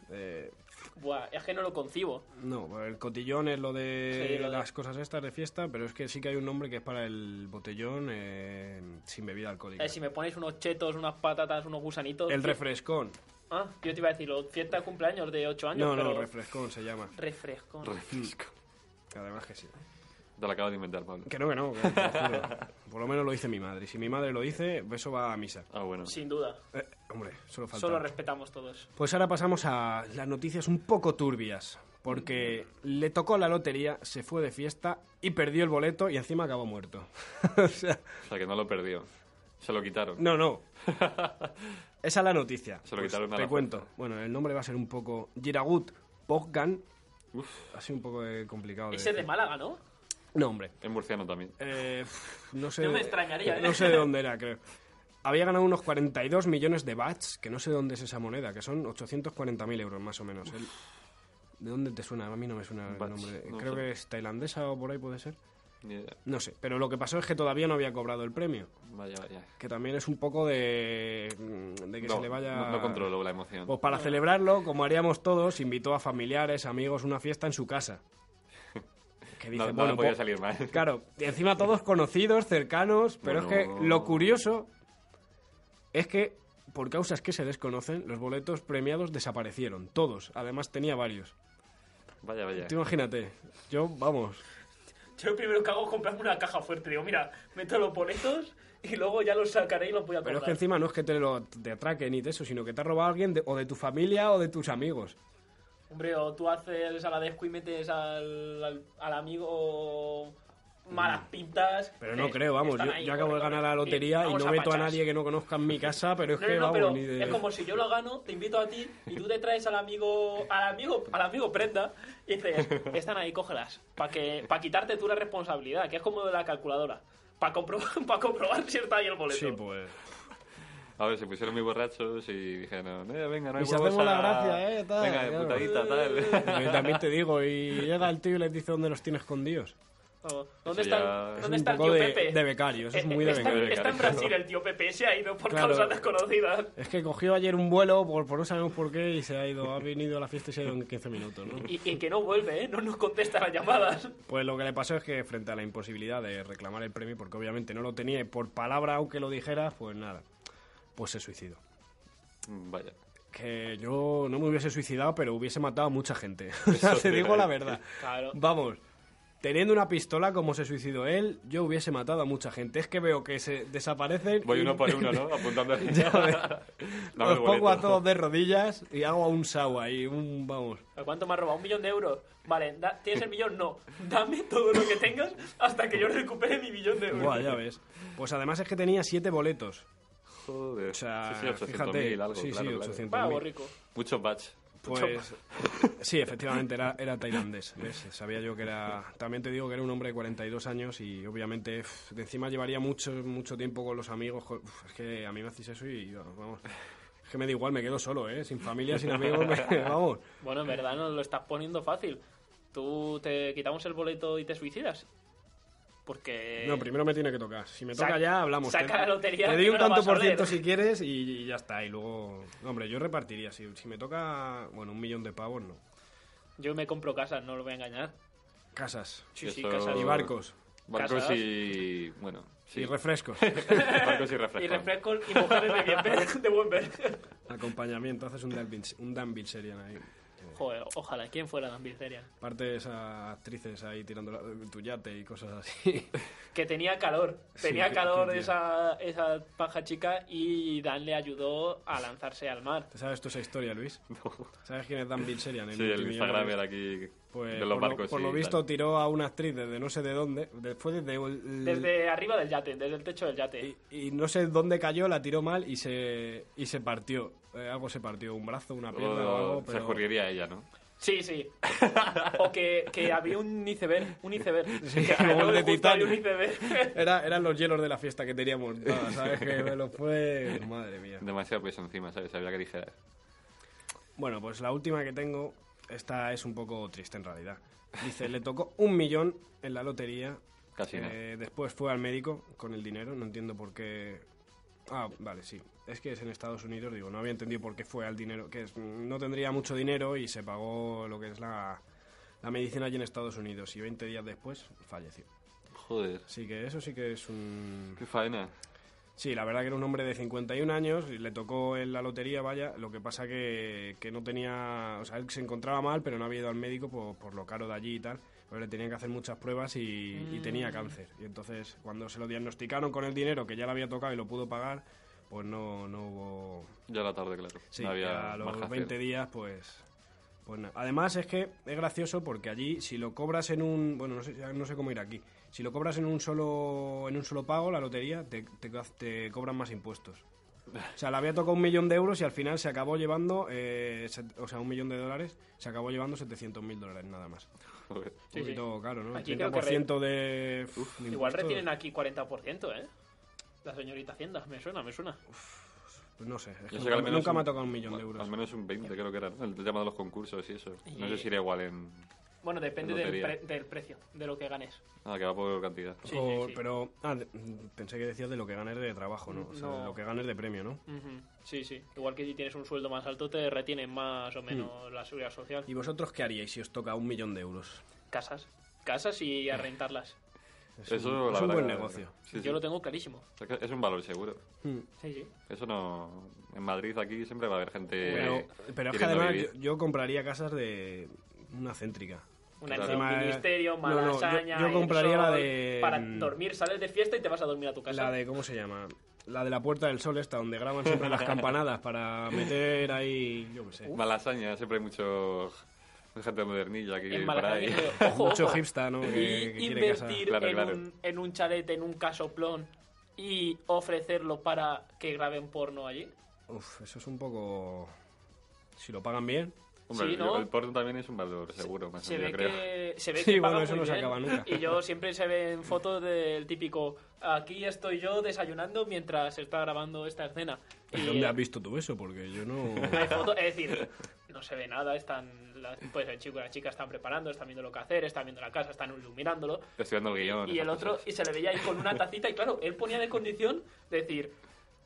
Speaker 2: Eh,
Speaker 3: Buah, es que no lo concibo.
Speaker 2: no, el cotillón es lo de
Speaker 3: Sí, lo de-
Speaker 2: las cosas estas de fiesta, pero es que sí que hay un nombre que es para el botellón eh, sin bebida alcohólica.
Speaker 3: Eh, si me ponéis unos chetos, unas patatas, unos gusanitos.
Speaker 2: El refrescón.
Speaker 3: Ah, yo te iba a decir, lo- fiesta de cumpleaños de 8 años.
Speaker 2: No,
Speaker 3: pero...
Speaker 2: no, refrescón se llama.
Speaker 3: Refresco.
Speaker 2: Además que sí.
Speaker 4: Te lo acabo de inventar, Pablo.
Speaker 2: Que no, que no. que te lo juro. Por lo menos lo dice mi madre. Y Si mi madre lo dice, eso va a misa.
Speaker 4: Ah, bueno.
Speaker 3: Sin duda.
Speaker 2: Eh, hombre, solo falta.
Speaker 3: Solo respetamos todos.
Speaker 2: Pues ahora pasamos a las noticias un poco turbias. Porque le tocó la lotería, se fue de fiesta y perdió el boleto y encima acabó muerto. o sea,
Speaker 4: O sea, que no lo perdió. Se lo quitaron.
Speaker 2: no, no. Esa es la noticia. Pues
Speaker 4: Se lo quitaron a
Speaker 2: Te
Speaker 4: la
Speaker 2: cuento. Bueno, el nombre va a ser un poco. Giragut Poggan. Así un poco eh, complicado. de
Speaker 3: Ese es de
Speaker 2: decir.
Speaker 3: Málaga, ¿no?
Speaker 2: No, hombre.
Speaker 4: Es murciano también.
Speaker 2: Eh, pf, no sé.
Speaker 3: No me extrañaría, ¿eh?
Speaker 2: No sé de dónde era, creo. Había ganado unos 42 millones de bats, que no sé dónde es esa moneda, que son 840.000 euros más o menos. El- ¿De dónde te suena? A mí no me suena el
Speaker 4: Bahts,
Speaker 2: nombre.
Speaker 4: no
Speaker 2: creo
Speaker 4: sé.
Speaker 2: que es tailandesa o por ahí puede ser.
Speaker 4: Ni idea.
Speaker 2: No sé, pero lo que pasó es que todavía no había cobrado el premio,
Speaker 4: Vaya, vaya.
Speaker 2: que también es un poco de, mm, de que se le vaya...
Speaker 4: No, no controlo la emoción.
Speaker 2: Pues para celebrarlo, como haríamos todos, invitó a familiares, amigos, una fiesta en su casa. Que
Speaker 4: no,
Speaker 2: dice,
Speaker 4: no
Speaker 2: bueno, pues,
Speaker 4: le podía
Speaker 2: po-
Speaker 4: salir mal.
Speaker 2: Claro, y encima todos conocidos, cercanos, pero es
Speaker 4: Bueno.
Speaker 2: que lo curioso es que por causas que se desconocen, los boletos premiados desaparecieron, todos. Además tenía varios.
Speaker 4: Vaya, vaya.
Speaker 2: Tú imagínate, yo, vamos,
Speaker 3: Yo lo primero que hago es comprarme una caja fuerte. Digo, mira, meto los boletos y luego ya los sacaré y los voy a
Speaker 2: pero
Speaker 3: comprar.
Speaker 2: es que encima no es que te, lo, te atraquen y de eso, sino que te ha robado alguien de- o de tu familia o de tus amigos.
Speaker 3: Hombre, o tú haces a la descu y metes al, al, al amigo malas pintas.
Speaker 2: Mm. Pero no
Speaker 3: que
Speaker 2: creo, vamos,
Speaker 3: están
Speaker 2: yo,
Speaker 3: ahí,
Speaker 2: yo acabo de
Speaker 3: corre,
Speaker 2: ganar la
Speaker 3: corre.
Speaker 2: lotería y
Speaker 3: Vamos
Speaker 2: no meto a
Speaker 3: pachas.
Speaker 2: nadie que no conozca en mi casa, pero es
Speaker 3: No,
Speaker 2: que,
Speaker 3: no, no,
Speaker 2: vamos,
Speaker 3: pero
Speaker 2: ni de...
Speaker 3: es como si yo lo gano, te invito a ti y tú te traes al amigo, al amigo, al amigo prenda y dices, están ahí, cógelas, para que, para quitarte tú la responsabilidad, que es como de la calculadora, para comprobar, para comprobar si está ahí el boleto.
Speaker 2: Sí, pues...
Speaker 4: A ver, se pusieron muy borrachos y dijeron, eh, venga, no
Speaker 2: Y
Speaker 4: hay
Speaker 2: se
Speaker 4: huevos
Speaker 2: hacemos la
Speaker 4: a-
Speaker 2: gracia, eh, tal,
Speaker 4: Venga, de
Speaker 2: claro.
Speaker 4: putadita, tal.
Speaker 2: Pero también te digo, y llega el tío y les dice dónde los tiene escondidos.
Speaker 3: Oh, ¿Dónde
Speaker 4: Eso ya
Speaker 3: está,
Speaker 4: es
Speaker 3: ¿dónde
Speaker 2: un
Speaker 3: está el
Speaker 2: poco
Speaker 3: tío
Speaker 2: de-
Speaker 3: Pepe?
Speaker 2: de becario, eso es
Speaker 3: Eh,
Speaker 2: muy de
Speaker 3: está,
Speaker 4: becario.
Speaker 3: está en Brasil el tío Pepe, se ha ido por
Speaker 2: Claro.
Speaker 3: causas desconocidas.
Speaker 2: Es que cogió ayer un vuelo, por, por no sabemos por qué, y se ha ido, ha venido a la fiesta y se ha ido en 15 minutos, ¿no?
Speaker 3: Y, y que no vuelve, ¿eh? No nos contesta las llamadas.
Speaker 2: Pues lo que le pasó es que frente a la imposibilidad de reclamar el premio, porque obviamente no lo tenía y por palabra, aunque lo dijera, pues nada, pues se suicidó.
Speaker 4: Vaya.
Speaker 2: Que yo no me hubiese suicidado, pero hubiese matado a mucha gente. O sea,
Speaker 4: Eso ¿eh?
Speaker 2: te
Speaker 4: te
Speaker 2: digo
Speaker 4: iba a
Speaker 2: la
Speaker 4: decir.
Speaker 2: verdad.
Speaker 3: Claro.
Speaker 2: Vamos, teniendo una pistola como se suicidó él, yo hubiese matado a mucha gente. Es que veo que se desaparecen.
Speaker 4: Voy
Speaker 2: y-
Speaker 4: uno por uno, ¿no? Apuntando.
Speaker 2: Ya ves.
Speaker 4: Dame
Speaker 2: Los
Speaker 4: el
Speaker 2: pongo a
Speaker 4: boleto.
Speaker 2: todos de rodillas y hago un sau ahí, un vamos.
Speaker 3: ¿A cuánto me ha robado? ¿Un millón de euros? Vale, da- ¿tienes el millón? No. Dame todo lo que tengas hasta que yo recupere mi millón de euros.
Speaker 2: Buah, ya ves. Pues además es que tenía siete boletos.
Speaker 4: Joder.
Speaker 2: O sea,
Speaker 4: sí, sí, 800
Speaker 2: fíjate.
Speaker 4: algo,
Speaker 2: sí,
Speaker 4: claro,
Speaker 2: sí,
Speaker 4: claro.
Speaker 2: 800.000.
Speaker 3: Bravo, rico.
Speaker 4: Muchos batch.
Speaker 2: Pues sí, efectivamente era, era tailandés. ¿ves? Sabía yo que era. También te digo que era un hombre de 42 años y obviamente uf, de encima llevaría mucho mucho tiempo con los amigos. jo- uf, es que a mí me hacéis eso y yo, vamos. Es que me da igual, me quedo solo, ¿eh? Sin familia, sin amigos, me- vamos.
Speaker 3: Bueno, en verdad nos lo estás poniendo fácil. Tú te quitamos el boleto y te suicidas. Porque...
Speaker 2: No, primero me tiene que tocar. Si me
Speaker 3: Saca-
Speaker 2: toca ya, hablamos.
Speaker 3: saca
Speaker 2: Te-
Speaker 3: la lotería,
Speaker 2: Te
Speaker 3: que
Speaker 2: doy
Speaker 3: no
Speaker 2: un
Speaker 3: la
Speaker 2: tanto
Speaker 3: vas a
Speaker 2: por
Speaker 3: oler.
Speaker 2: ciento si quieres y, y ya está. Y luego, hombre, yo repartiría. Si, si me toca, bueno, un millón de pavos, no.
Speaker 3: Yo me compro casas, no lo voy a engañar.
Speaker 2: Casas
Speaker 3: Sí, sí,
Speaker 4: Eso-
Speaker 3: casas.
Speaker 2: y barcos
Speaker 4: Barcos
Speaker 3: Casadas.
Speaker 4: y. Bueno. Sí.
Speaker 2: y refrescos.
Speaker 4: Barcos y
Speaker 3: Y
Speaker 4: refrescos.
Speaker 3: refrescos y mujeres de bien ver, de buen ver.
Speaker 2: Acompañamiento, haces un Danville, un Danville serían ahí.
Speaker 3: Joder, ojalá. ¿Quién fuera Dan Bilzerian?
Speaker 2: Partes a actrices ahí tirando la- tu yate y cosas así.
Speaker 3: que tenía calor. Tenía
Speaker 2: que-
Speaker 3: calor
Speaker 2: que-
Speaker 3: esa, esa paja chica y Dan le ayudó a lanzarse al mar.
Speaker 2: ¿Te sabes tú esa historia, Luis? ¿Sabes quién es Danville Serian?
Speaker 4: Sí, el Instagram era aquí.
Speaker 2: Pues,
Speaker 4: de los
Speaker 2: por, lo-
Speaker 4: barcos.
Speaker 2: por
Speaker 4: y
Speaker 2: lo
Speaker 4: tal.
Speaker 2: visto tiró a una actriz desde no sé de dónde, de- fue desde, el-
Speaker 3: Desde arriba del yate, desde el techo del yate.
Speaker 2: y, y no sé dónde cayó, la tiró mal y se, y se partió. Eh, algo se partió, un brazo, una
Speaker 4: Luego
Speaker 2: pierna o algo.
Speaker 4: Oh, Se
Speaker 2: Pero...
Speaker 4: ocurriría a ella, ¿no?
Speaker 3: Sí, sí. o que, que había un iceberg. Un iceberg.
Speaker 2: Sí,
Speaker 3: que
Speaker 2: como el de
Speaker 3: justo había un
Speaker 2: Titanic.
Speaker 3: iceberg.
Speaker 2: Era, eran los hielos de la fiesta que teníamos, montada, ¿sabes? que me lo fue... Madre mía.
Speaker 4: Demasiado peso encima, ¿sabes? Había que dijera.
Speaker 2: Bueno, pues la última que tengo Esta es un poco triste en realidad. Dice, le tocó un millón en la lotería.
Speaker 4: Casi nada.
Speaker 2: Eh, después fue al médico con el dinero, no entiendo por qué... Ah, vale, sí. Es que es en Estados Unidos, digo, no había entendido por qué fue al dinero, que es- no tendría mucho dinero y se pagó lo que es la, la medicina allí en Estados Unidos y 20 días después falleció.
Speaker 4: Joder,
Speaker 2: Así que eso sí que es un...
Speaker 4: qué faena.
Speaker 2: Sí, la verdad que era un hombre de 51 años, y le tocó en la lotería, vaya, lo que pasa que, que no tenía, o sea, él se encontraba mal, pero no había ido al médico por, por lo caro de allí y tal, pero le tenían que hacer muchas pruebas y, y tenía cáncer. Y entonces, cuando se lo diagnosticaron con el dinero que ya le había tocado y lo pudo pagar, pues no, no hubo...
Speaker 4: Ya la tarde, claro.
Speaker 2: Sí,
Speaker 4: no había
Speaker 2: a
Speaker 4: más que
Speaker 2: los
Speaker 4: hacer.
Speaker 2: 20 días, pues... Pues nada. Además es que es gracioso porque allí si lo cobras en un bueno no sé no sé cómo ir aquí si lo cobras en un solo en un solo pago la lotería te, te, te cobran más impuestos o sea le había tocado un millón de euros y al final se acabó llevando eh, se- o sea un millón de dólares se acabó llevando 700.000 mil dólares nada más
Speaker 4: Joder.
Speaker 3: Sí,
Speaker 2: un
Speaker 3: sí.
Speaker 2: poquito caro no el
Speaker 3: Aquí creo que
Speaker 2: 30% de, uf, de
Speaker 3: Igual
Speaker 2: impuestos,
Speaker 3: retienen aquí 40%, ¿eh? La señorita Hacienda, me suena, me suena.
Speaker 2: pues no sé, es que
Speaker 4: Yo sé que
Speaker 2: nunca,
Speaker 4: al menos
Speaker 2: nunca me ha tocado un millón de euros
Speaker 4: Al menos un 20, creo que era. ¿no? El tema de los concursos y eso. No
Speaker 3: Y-
Speaker 4: sé si era igual en.
Speaker 3: Bueno, depende
Speaker 4: La
Speaker 3: del,
Speaker 4: lotería.
Speaker 3: pre- del precio, de lo que ganes.
Speaker 4: Ah, que va por cantidad.
Speaker 3: Sí,
Speaker 2: O-
Speaker 3: sí, sí.
Speaker 2: pero ah, de- mm, pensé que decías de lo que ganes de trabajo no, o sea,
Speaker 3: No.
Speaker 2: de lo que ganes de premio no
Speaker 3: Ujú, Sí, sí. Igual que si tienes un sueldo más alto, te retienen más o menos la seguridad social.
Speaker 2: Hmm. ¿Y vosotros qué haríais si os toca un millón de euros?
Speaker 3: Casas. Casas y a rentarlas.
Speaker 2: Es
Speaker 4: Eso,
Speaker 2: un,
Speaker 4: la
Speaker 2: es un
Speaker 4: verdad
Speaker 2: buen
Speaker 4: que-
Speaker 2: negocio.
Speaker 4: sí,
Speaker 3: Yo
Speaker 4: sí.
Speaker 3: lo tengo clarísimo.
Speaker 4: Es que Es un valor seguro.
Speaker 3: Sí, sí.
Speaker 4: Eso no. En Madrid, aquí siempre va a haber gente.
Speaker 2: Pero, pero es que
Speaker 4: queriendo
Speaker 2: además
Speaker 4: vivir.
Speaker 2: yo, yo compraría casas de una céntrica.
Speaker 3: Una
Speaker 4: Claro.
Speaker 3: en
Speaker 2: Encima-
Speaker 3: el ministerio,
Speaker 2: no, no, yo-
Speaker 3: malasaña.
Speaker 2: yo
Speaker 3: el
Speaker 2: compraría la
Speaker 3: sol,
Speaker 2: de- mm,
Speaker 3: Para dormir, sales de fiesta y te vas a dormir a tu casa.
Speaker 2: La de, ¿cómo se llama? La de la Puerta del Sol esta, donde graban siempre las campanadas para meter ahí, yo qué sé.
Speaker 4: Malasaña, siempre hay mucho. Gente modernilla aquí
Speaker 3: En
Speaker 4: por
Speaker 3: Malasaña,
Speaker 4: ahí.
Speaker 3: pero, ojo,
Speaker 2: Mucho
Speaker 3: ojo.
Speaker 2: hipsta, ¿no? Que, que
Speaker 3: Y
Speaker 2: quiere casa.
Speaker 3: invertir
Speaker 4: Claro,
Speaker 3: en,
Speaker 4: claro.
Speaker 3: Un, en un chalet, en un casoplón y ofrecerlo para que graben porno allí.
Speaker 2: Uf, eso es un poco... Si lo pagan bien.
Speaker 4: Hombre,
Speaker 3: Sí,
Speaker 4: el-
Speaker 3: ¿no?
Speaker 4: el porno también es un valor seguro, más o
Speaker 3: Se ve,
Speaker 4: menos, yo creo.
Speaker 3: que, se ve
Speaker 2: Sí,
Speaker 3: que
Speaker 2: bueno,
Speaker 3: paga
Speaker 2: eso
Speaker 3: muy
Speaker 2: no se
Speaker 3: bien.
Speaker 2: acaba nunca.
Speaker 3: Y yo siempre se ven fotos del típico aquí estoy yo desayunando mientras se está grabando esta escena. Y
Speaker 2: ¿Dónde has visto tú eso? Porque yo no...
Speaker 3: hay foto- es decir, no se ve nada, están las- pues el chico y la chica están preparando, están viendo lo que hacer, están viendo la casa, están iluminándolo.
Speaker 4: Estoy dando el guión.
Speaker 3: y
Speaker 4: esas
Speaker 3: el otro
Speaker 4: cosas.
Speaker 3: y se le veía ahí con una tacita y claro él ponía de condición decir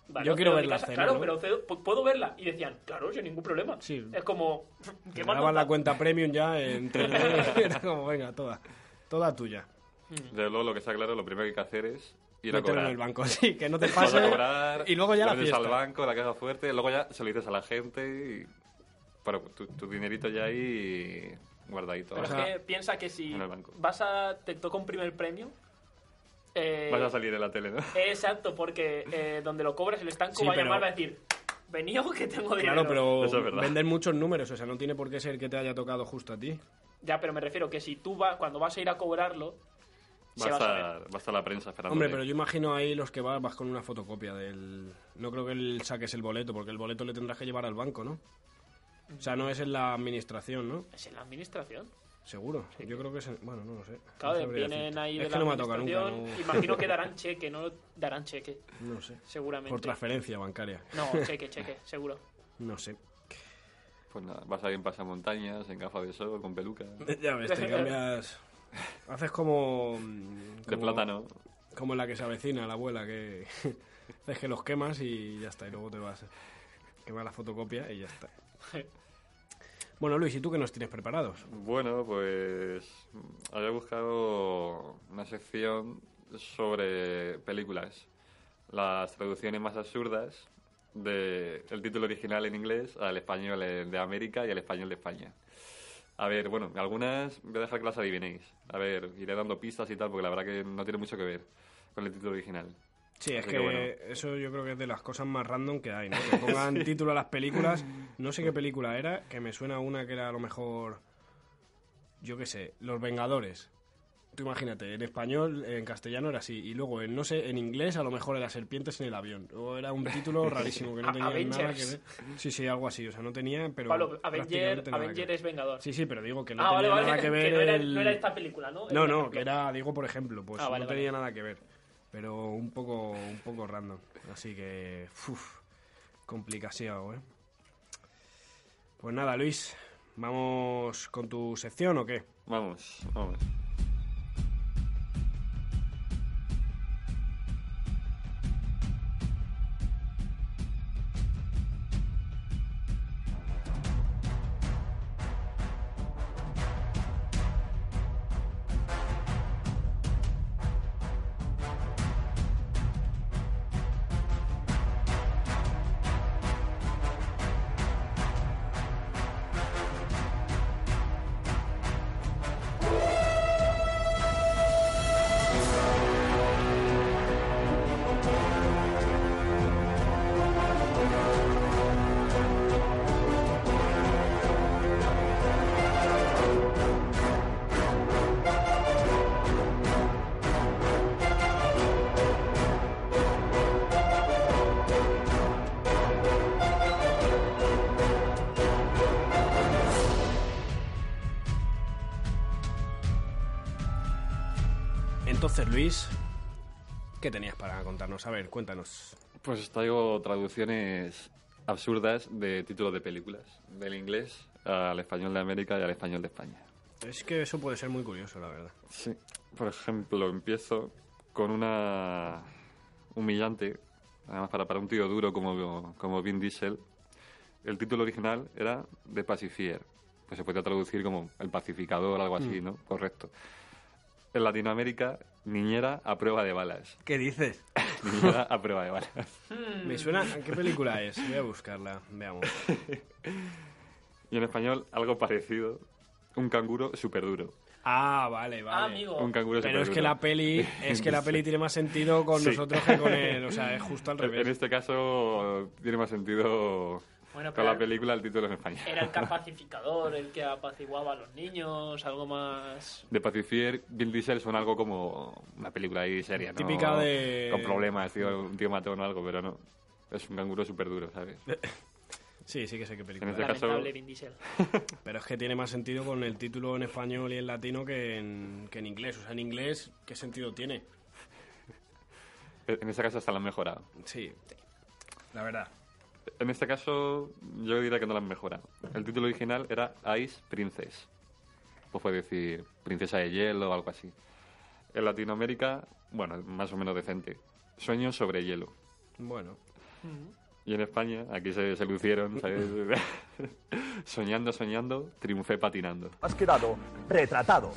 Speaker 3: vale,
Speaker 2: Yo
Speaker 3: os
Speaker 2: quiero
Speaker 3: cedo
Speaker 2: ver
Speaker 3: mi
Speaker 2: la
Speaker 3: casa,
Speaker 2: cena,
Speaker 3: claro
Speaker 2: ¿no?
Speaker 3: pero cedo- pu- puedo verla y decían claro sin ningún problema
Speaker 2: Sí.
Speaker 3: es como
Speaker 2: Te
Speaker 3: qué mal
Speaker 2: daban la
Speaker 3: nota.
Speaker 2: cuenta premium ya en... Era como, venga, toda. Toda tuya.
Speaker 4: Desde luego, lo que está claro, lo primero que hay que hacer es ir a
Speaker 2: Mételo
Speaker 4: cobrar.
Speaker 2: en el banco, sí, que no te
Speaker 4: Vas
Speaker 2: pase.
Speaker 4: a cobrar,
Speaker 2: y luego ya
Speaker 4: lo
Speaker 2: la
Speaker 4: metes
Speaker 2: fiesta.
Speaker 4: al banco, la caja fuerte, luego ya se lo dices a la gente y... Bueno, tu, tu dinerito ya ahí guardadito.
Speaker 3: pero
Speaker 4: Vas
Speaker 2: o
Speaker 4: a-
Speaker 3: es que piensa que si
Speaker 4: en el banco.
Speaker 3: vas a te toca un primer premio eh,
Speaker 4: Vas a salir de la tele, ¿no?
Speaker 3: exacto porque eh, donde lo cobras el estanco
Speaker 2: Sí,
Speaker 3: va a
Speaker 2: pero-
Speaker 3: llamar va a decir venío que tengo dinero
Speaker 2: Claro, pero
Speaker 4: Eso es verdad.
Speaker 2: venden muchos números, o sea, no tiene por qué ser que te haya tocado justo a ti.
Speaker 3: ya pero me refiero que si tú vas cuando vas a ir a cobrarlo
Speaker 4: Va a
Speaker 3: se va a saber.
Speaker 4: estar, va a estar la prensa esperando.
Speaker 2: Hombre, pero yo imagino ahí los que vas, vas con una fotocopia del... No creo que él saques el boleto, porque el boleto le tendrás que llevar al banco, ¿no? O sea, no es en la administración, ¿no?
Speaker 3: es en la administración
Speaker 2: Seguro. Yo creo que es... en- Bueno, no lo sé. No
Speaker 3: Claro,
Speaker 2: sabría
Speaker 3: vienen
Speaker 2: decirte.
Speaker 3: ahí
Speaker 2: es
Speaker 3: de
Speaker 2: que
Speaker 3: la
Speaker 2: no me ha tocado nunca,
Speaker 3: administración.
Speaker 2: no,
Speaker 3: Imagino que darán cheque, no darán cheque,
Speaker 2: no sé.
Speaker 3: seguramente.
Speaker 2: Por transferencia bancaria.
Speaker 3: No, cheque, cheque, seguro.
Speaker 2: No sé.
Speaker 4: Pues nada, vas a ir en pasamontañas, en gafas de sol, con peluca, de
Speaker 2: Ya ves, te cambias... Haces como... De
Speaker 4: plátano.
Speaker 2: Como la que se avecina, la abuela, que es que los quemas y ya está, y luego te vas. Quemas la fotocopia y ya está. Bueno, Luis, ¿y tú qué nos tienes preparados?
Speaker 4: Bueno, pues mm, había buscado una sección sobre películas, las traducciones más absurdas del título original en inglés al español eh, de América y al español de España. A ver, bueno, algunas voy a dejar que las adivinéis. A ver, iré dando pistas y tal, porque la verdad que no tiene mucho que ver con el título original.
Speaker 2: Sí, es
Speaker 4: Así
Speaker 2: que,
Speaker 4: que bueno.
Speaker 2: eso yo creo que es de las cosas más random que hay, ¿no? Que pongan título a las películas. No sé qué película era, que me suena a una que era a lo mejor. Yo qué sé, Los Vengadores. Tú imagínate, en español, en castellano era así. Y luego, en, no sé, en inglés a lo mejor era Serpientes en el avión. O era un título rarísimo que no
Speaker 3: A-
Speaker 2: tenía nada que
Speaker 3: Avengers.
Speaker 2: ver. Sí, sí, algo así. O sea, no tenía, pero.
Speaker 3: Pablo,
Speaker 2: prácticamente
Speaker 3: Avenger,
Speaker 2: nada que
Speaker 3: Avenger
Speaker 2: ver.
Speaker 3: es Vengador.
Speaker 2: Sí, sí, pero digo que no
Speaker 3: ah, vale,
Speaker 2: tenía
Speaker 3: vale.
Speaker 2: nada que ver.
Speaker 3: no, era,
Speaker 2: el-
Speaker 3: no era esta película, ¿no?
Speaker 2: No,
Speaker 3: Era
Speaker 2: no,
Speaker 3: ejemplo.
Speaker 2: que era, digo por ejemplo, pues
Speaker 3: Ah, vale,
Speaker 2: no
Speaker 3: vale.
Speaker 2: tenía nada que ver. Pero un poco, un poco random. Así que, uff, complicación, ¿eh? Pues nada, Luis, ¿Vamos con tu sección o qué?
Speaker 4: Vamos, vamos.
Speaker 2: Entonces, Luis, ¿qué tenías para contarnos? A ver, cuéntanos.
Speaker 4: Pues os traigo traducciones absurdas de títulos de películas, del inglés al español de América y al español de España.
Speaker 2: Es que eso puede ser muy curioso, la verdad.
Speaker 4: Sí. Por ejemplo, empiezo con una humillante, además para, para un tío duro como, como Vin Diesel. El título original era The Pacifier. Pues se podría traducir como El Pacificador, algo así, ¿no? Correcto. En Latinoamérica, niñera a prueba de balas.
Speaker 2: ¿Qué dices?
Speaker 4: Niñera a prueba de balas.
Speaker 2: Me suena. ¿Qué película es? Voy a buscarla. Veamos.
Speaker 4: Y en español, algo parecido. Un canguro súper duro.
Speaker 2: Ah, vale, vale.
Speaker 3: Ah, amigo.
Speaker 4: Un canguro
Speaker 2: Pero es que la peli, es que la peli tiene más sentido con
Speaker 4: Sí.
Speaker 2: nosotros que con él. O sea, es justo al
Speaker 4: En
Speaker 2: revés.
Speaker 4: este caso, tiene más sentido
Speaker 3: Bueno,
Speaker 4: con
Speaker 3: pero-
Speaker 4: la película el título en español.
Speaker 3: Era el capacificador, el que apaciguaba a los niños, algo más.
Speaker 4: De Pacifier, Bill Diesel son algo como una película ahí seria, ¿no?
Speaker 2: Típica de-
Speaker 4: Con problemas, tío, un tío matón o algo, pero no. Es un canguro súper duro, ¿sabes?
Speaker 2: Sí, sí que sé qué película.
Speaker 4: En
Speaker 2: es.
Speaker 4: este caso-
Speaker 3: Lamentable Vin Diesel.
Speaker 2: Pero es que tiene más sentido con el título en español y en latino que en, que en inglés. O sea, en inglés, ¿qué sentido tiene?
Speaker 4: En este caso hasta lo han mejorado.
Speaker 2: Sí. La verdad.
Speaker 4: En este caso, yo diría que no la han mejorado. El título original era Ice Princess. Pues puede decir Princesa de Hielo o algo así. En Latinoamérica, bueno, más o menos decente. Sueño sobre hielo.
Speaker 2: Bueno.
Speaker 4: Y en España, aquí se, se lucieron, ¿sabes? soñando, soñando, triunfé patinando.
Speaker 5: Has quedado retratado.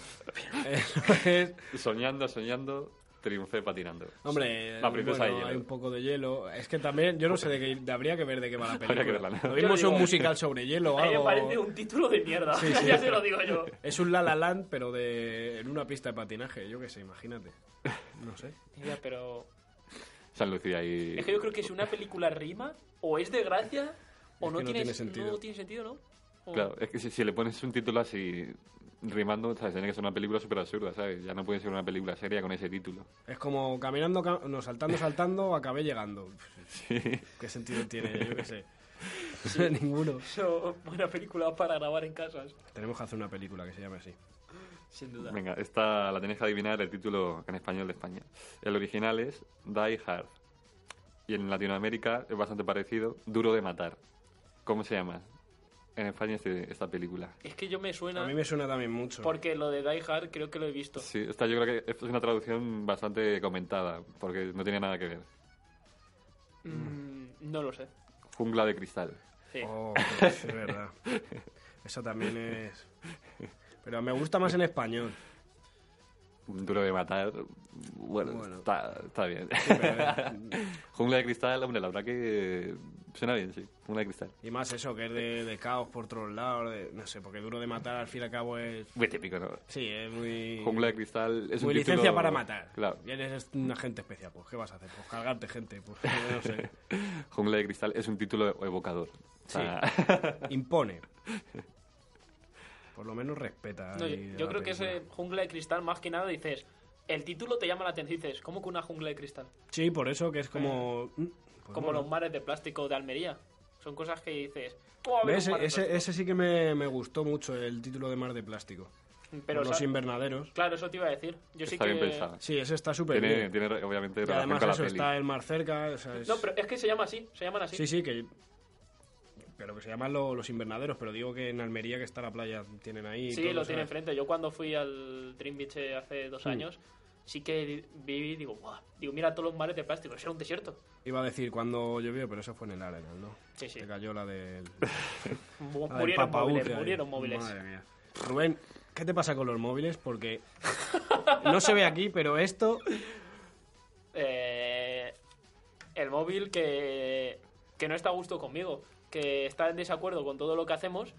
Speaker 2: Es-
Speaker 4: Soñando, soñando, triunfé patinando.
Speaker 2: Hombre,
Speaker 4: La princesa
Speaker 2: bueno,
Speaker 4: de hielo.
Speaker 2: hay un poco de hielo. Es que también, yo no sé de qué, de- habría que ver de qué va la película.
Speaker 4: Habría que verla, ¿no?
Speaker 2: Lo mismo es
Speaker 3: Yo
Speaker 2: un
Speaker 3: digo-
Speaker 2: musical sobre hielo o
Speaker 3: A mí me parece
Speaker 2: algo.
Speaker 3: un título de mierda.
Speaker 2: Sí, sí.
Speaker 3: ya te lo digo yo.
Speaker 2: Es un La La Land, pero de, en una pista de patinaje. Yo qué sé, imagínate. No sé.
Speaker 3: Mira, pero.
Speaker 4: San Lucía y...
Speaker 3: Es que yo creo que si una película rima, o es de gracia, o
Speaker 2: Es
Speaker 3: no,
Speaker 2: que no
Speaker 3: tiene,
Speaker 2: tiene sentido.
Speaker 3: No tiene sentido, ¿no? O-
Speaker 4: Claro, es que si, si le pones un título así rimando, ¿sabes? Tiene que ser una película súper absurda, ¿sabes? Ya no puede ser una película seria con ese título.
Speaker 2: Es como caminando, ca- no, saltando, saltando, acabé llegando.
Speaker 4: Sí.
Speaker 2: ¿Qué sentido tiene? Yo qué sé. Ninguno.
Speaker 3: Eso, buena película para grabar en casas.
Speaker 2: Tenemos que hacer una película que se llame así.
Speaker 3: Sin duda.
Speaker 4: Venga, esta la tenéis que adivinar el título en español de España. El original es Die Hard. Y en Latinoamérica es bastante parecido, Duro de Matar. ¿Cómo se llama? En España este- esta película.
Speaker 3: Es que yo me
Speaker 2: A
Speaker 3: suena
Speaker 2: mí me suena también mucho.
Speaker 3: porque lo de Die Hard creo que lo he visto.
Speaker 4: Sí, esta yo creo que es una traducción bastante comentada, porque no tiene nada que ver.
Speaker 3: Mm, no lo sé.
Speaker 4: Jungla de cristal.
Speaker 3: Sí.
Speaker 2: Oh, pues, es verdad. Eso también es. Pero me gusta más en español.
Speaker 4: Duro de matar. Bueno,
Speaker 2: Bueno.
Speaker 4: Está, está bien.
Speaker 2: pero-
Speaker 4: Jungla de cristal, hombre, la verdad que suena bien, sí. Jungla de cristal.
Speaker 2: Y más eso, que es de, de caos por todos lados. de- no sé, porque duro de matar al fin y al cabo es.
Speaker 4: Muy típico, ¿no?
Speaker 2: Sí, es muy.
Speaker 4: Jungla de cristal es
Speaker 2: muy
Speaker 4: un
Speaker 2: licencia
Speaker 4: título-
Speaker 2: para matar.
Speaker 4: Claro.
Speaker 2: Y eres un agente especial, pues ¿qué vas a hacer? Pues cargarte gente, pues no sé.
Speaker 4: Jungla de cristal es un título evocador. O sea,
Speaker 2: Impone. Por lo menos respeta.
Speaker 3: No, yo,
Speaker 2: ahí
Speaker 3: yo
Speaker 2: la
Speaker 3: creo que
Speaker 2: película.
Speaker 3: ese jungla de cristal, más que nada, dices. El título te llama la atención y dices, ¿cómo que una jungla de cristal?
Speaker 2: Sí, por eso que es como. mm, pues
Speaker 3: Eh, Como
Speaker 2: bueno.
Speaker 3: los mares de plástico de Almería. Son cosas que dices. "Puedo haber un
Speaker 2: Ese,
Speaker 3: mar de
Speaker 2: ese, ese sí que me, me gustó mucho, el título de Mar de Plástico.
Speaker 3: plástico". Pero,
Speaker 2: los
Speaker 3: o sea,
Speaker 2: invernaderos.
Speaker 3: claro, eso te iba a decir. Yo sí
Speaker 4: está
Speaker 3: que.
Speaker 4: bien pensada.
Speaker 2: Sí, ese está súper
Speaker 4: Tiene,
Speaker 2: bien.
Speaker 4: tiene, obviamente
Speaker 2: Y
Speaker 4: relación
Speaker 2: además
Speaker 4: con la
Speaker 2: eso,
Speaker 4: peli.
Speaker 2: está el mar cerca. o sea, es-
Speaker 3: No, pero es que se llama así. Se llaman así.
Speaker 2: Sí, sí, que... Pero que se llaman lo- los invernaderos, pero digo que en Almería, que está la playa, tienen ahí.
Speaker 3: Sí,
Speaker 2: todo, Hmm.
Speaker 3: lo
Speaker 2: ¿sabes?
Speaker 3: tiene enfrente. Yo cuando fui al Dream Beach eh, hace dos años, sí que vi y digo, guau, digo, mira todos los mares de plástico, eso era un desierto.
Speaker 2: Iba a decir cuando llovió, pero eso fue en el Arenal, ¿no?
Speaker 3: Sí, sí.
Speaker 2: Se cayó la del.
Speaker 3: Mu-
Speaker 2: la del
Speaker 3: murieron
Speaker 2: Ah, Papa
Speaker 3: móviles,
Speaker 2: Urte ahí.
Speaker 3: murieron móviles.
Speaker 2: Madre mía. Rubén, ¿qué te pasa con los móviles? Porque. No se ve aquí, pero esto.
Speaker 3: Eh, el móvil que, que no está a gusto conmigo, que está en desacuerdo con todo lo que hacemos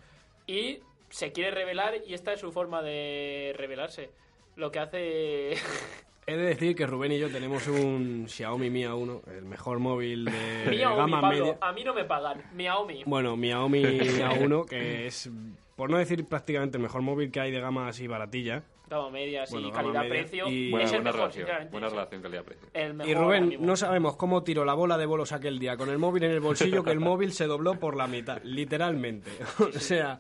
Speaker 3: y se quiere revelar y esta es su forma de revelarse. Lo que hace...
Speaker 2: Eh, He de decir que Rubén y yo tenemos un Xiaomi Mi A1, el mejor móvil de
Speaker 3: Miaomi,
Speaker 2: gama
Speaker 3: Pablo,
Speaker 2: media.
Speaker 3: a mí no me pagan. Miaomi.
Speaker 2: Bueno, Miaomi A1, que es, por no decir prácticamente el mejor móvil que hay de gama así baratilla.
Speaker 3: Gama media, sí,
Speaker 2: Bueno, gama
Speaker 3: calidad-precio.
Speaker 2: media y-
Speaker 4: Buena,
Speaker 3: Es el
Speaker 4: buena
Speaker 3: mejor,
Speaker 4: relación,
Speaker 3: sinceramente.
Speaker 4: buena
Speaker 3: es el-
Speaker 4: relación calidad-precio.
Speaker 3: el mejor
Speaker 2: Y
Speaker 3: ahora
Speaker 2: Rubén,
Speaker 3: mismo.
Speaker 2: no sabemos cómo tiró la bola de bolos aquel día con el móvil en el bolsillo, que el móvil se dobló por la mitad, literalmente. O sea,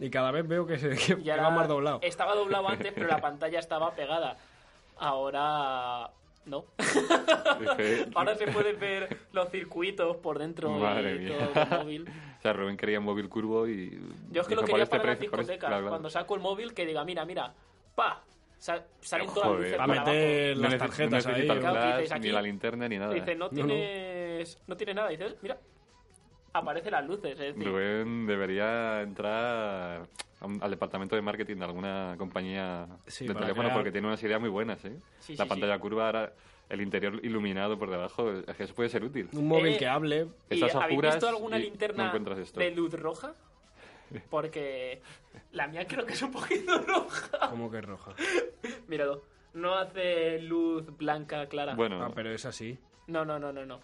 Speaker 2: y cada vez veo que se que-
Speaker 3: Y
Speaker 2: que
Speaker 3: ahora
Speaker 2: va más doblado.
Speaker 3: Estaba doblado antes, pero la pantalla estaba pegada. Ahora. No.
Speaker 4: Dije-
Speaker 3: Ahora se pueden ver los circuitos por dentro
Speaker 4: Madre
Speaker 3: y
Speaker 4: mía.
Speaker 3: todo el móvil.
Speaker 4: O sea, Rubén quería un móvil curvo y...
Speaker 3: Yo es que lo
Speaker 4: dijo,
Speaker 3: quería
Speaker 4: por
Speaker 3: para las
Speaker 4: precio- por este-
Speaker 3: discotecas.
Speaker 4: claro, claro.
Speaker 3: Cuando saco el móvil, que diga, mira, mira, pa, sal- salen todas las
Speaker 4: Joder.
Speaker 3: luces
Speaker 4: Va
Speaker 2: Va a
Speaker 3: para abajo.
Speaker 2: meter
Speaker 4: No
Speaker 2: las
Speaker 4: neces-
Speaker 2: tarjetas
Speaker 4: no
Speaker 2: ahí.
Speaker 4: necesita el
Speaker 3: Claro,
Speaker 4: flash,
Speaker 3: dices aquí-
Speaker 4: ni la linterna, ni nada.
Speaker 3: Dice, no
Speaker 2: No, no.
Speaker 3: tienes, no tienes nada. Dices, mira, aparecen las luces. Es decir,
Speaker 4: Rubén debería entrar a un- al departamento de marketing de alguna compañía
Speaker 2: Sí,
Speaker 4: de
Speaker 2: para
Speaker 4: teléfono
Speaker 2: crear-
Speaker 4: porque tiene unas ideas muy buenas, ¿eh?
Speaker 3: Sí,
Speaker 4: la
Speaker 3: sí,
Speaker 4: pantalla curva, ahora el interior iluminado por debajo, es que eso puede ser útil.
Speaker 2: Un móvil
Speaker 3: Eh,
Speaker 2: que hable.
Speaker 3: ¿Y
Speaker 4: Estás a
Speaker 3: ¿Habéis
Speaker 4: oscuras
Speaker 3: visto alguna
Speaker 4: y no
Speaker 3: linterna
Speaker 4: encuentras esto.
Speaker 3: de luz roja? Porque la mía creo que es un poquito roja.
Speaker 2: Como que es roja.
Speaker 3: Míralo. No hace luz blanca clara.
Speaker 4: Bueno,
Speaker 2: Ah, pero es así.
Speaker 3: No, no, no, no, no.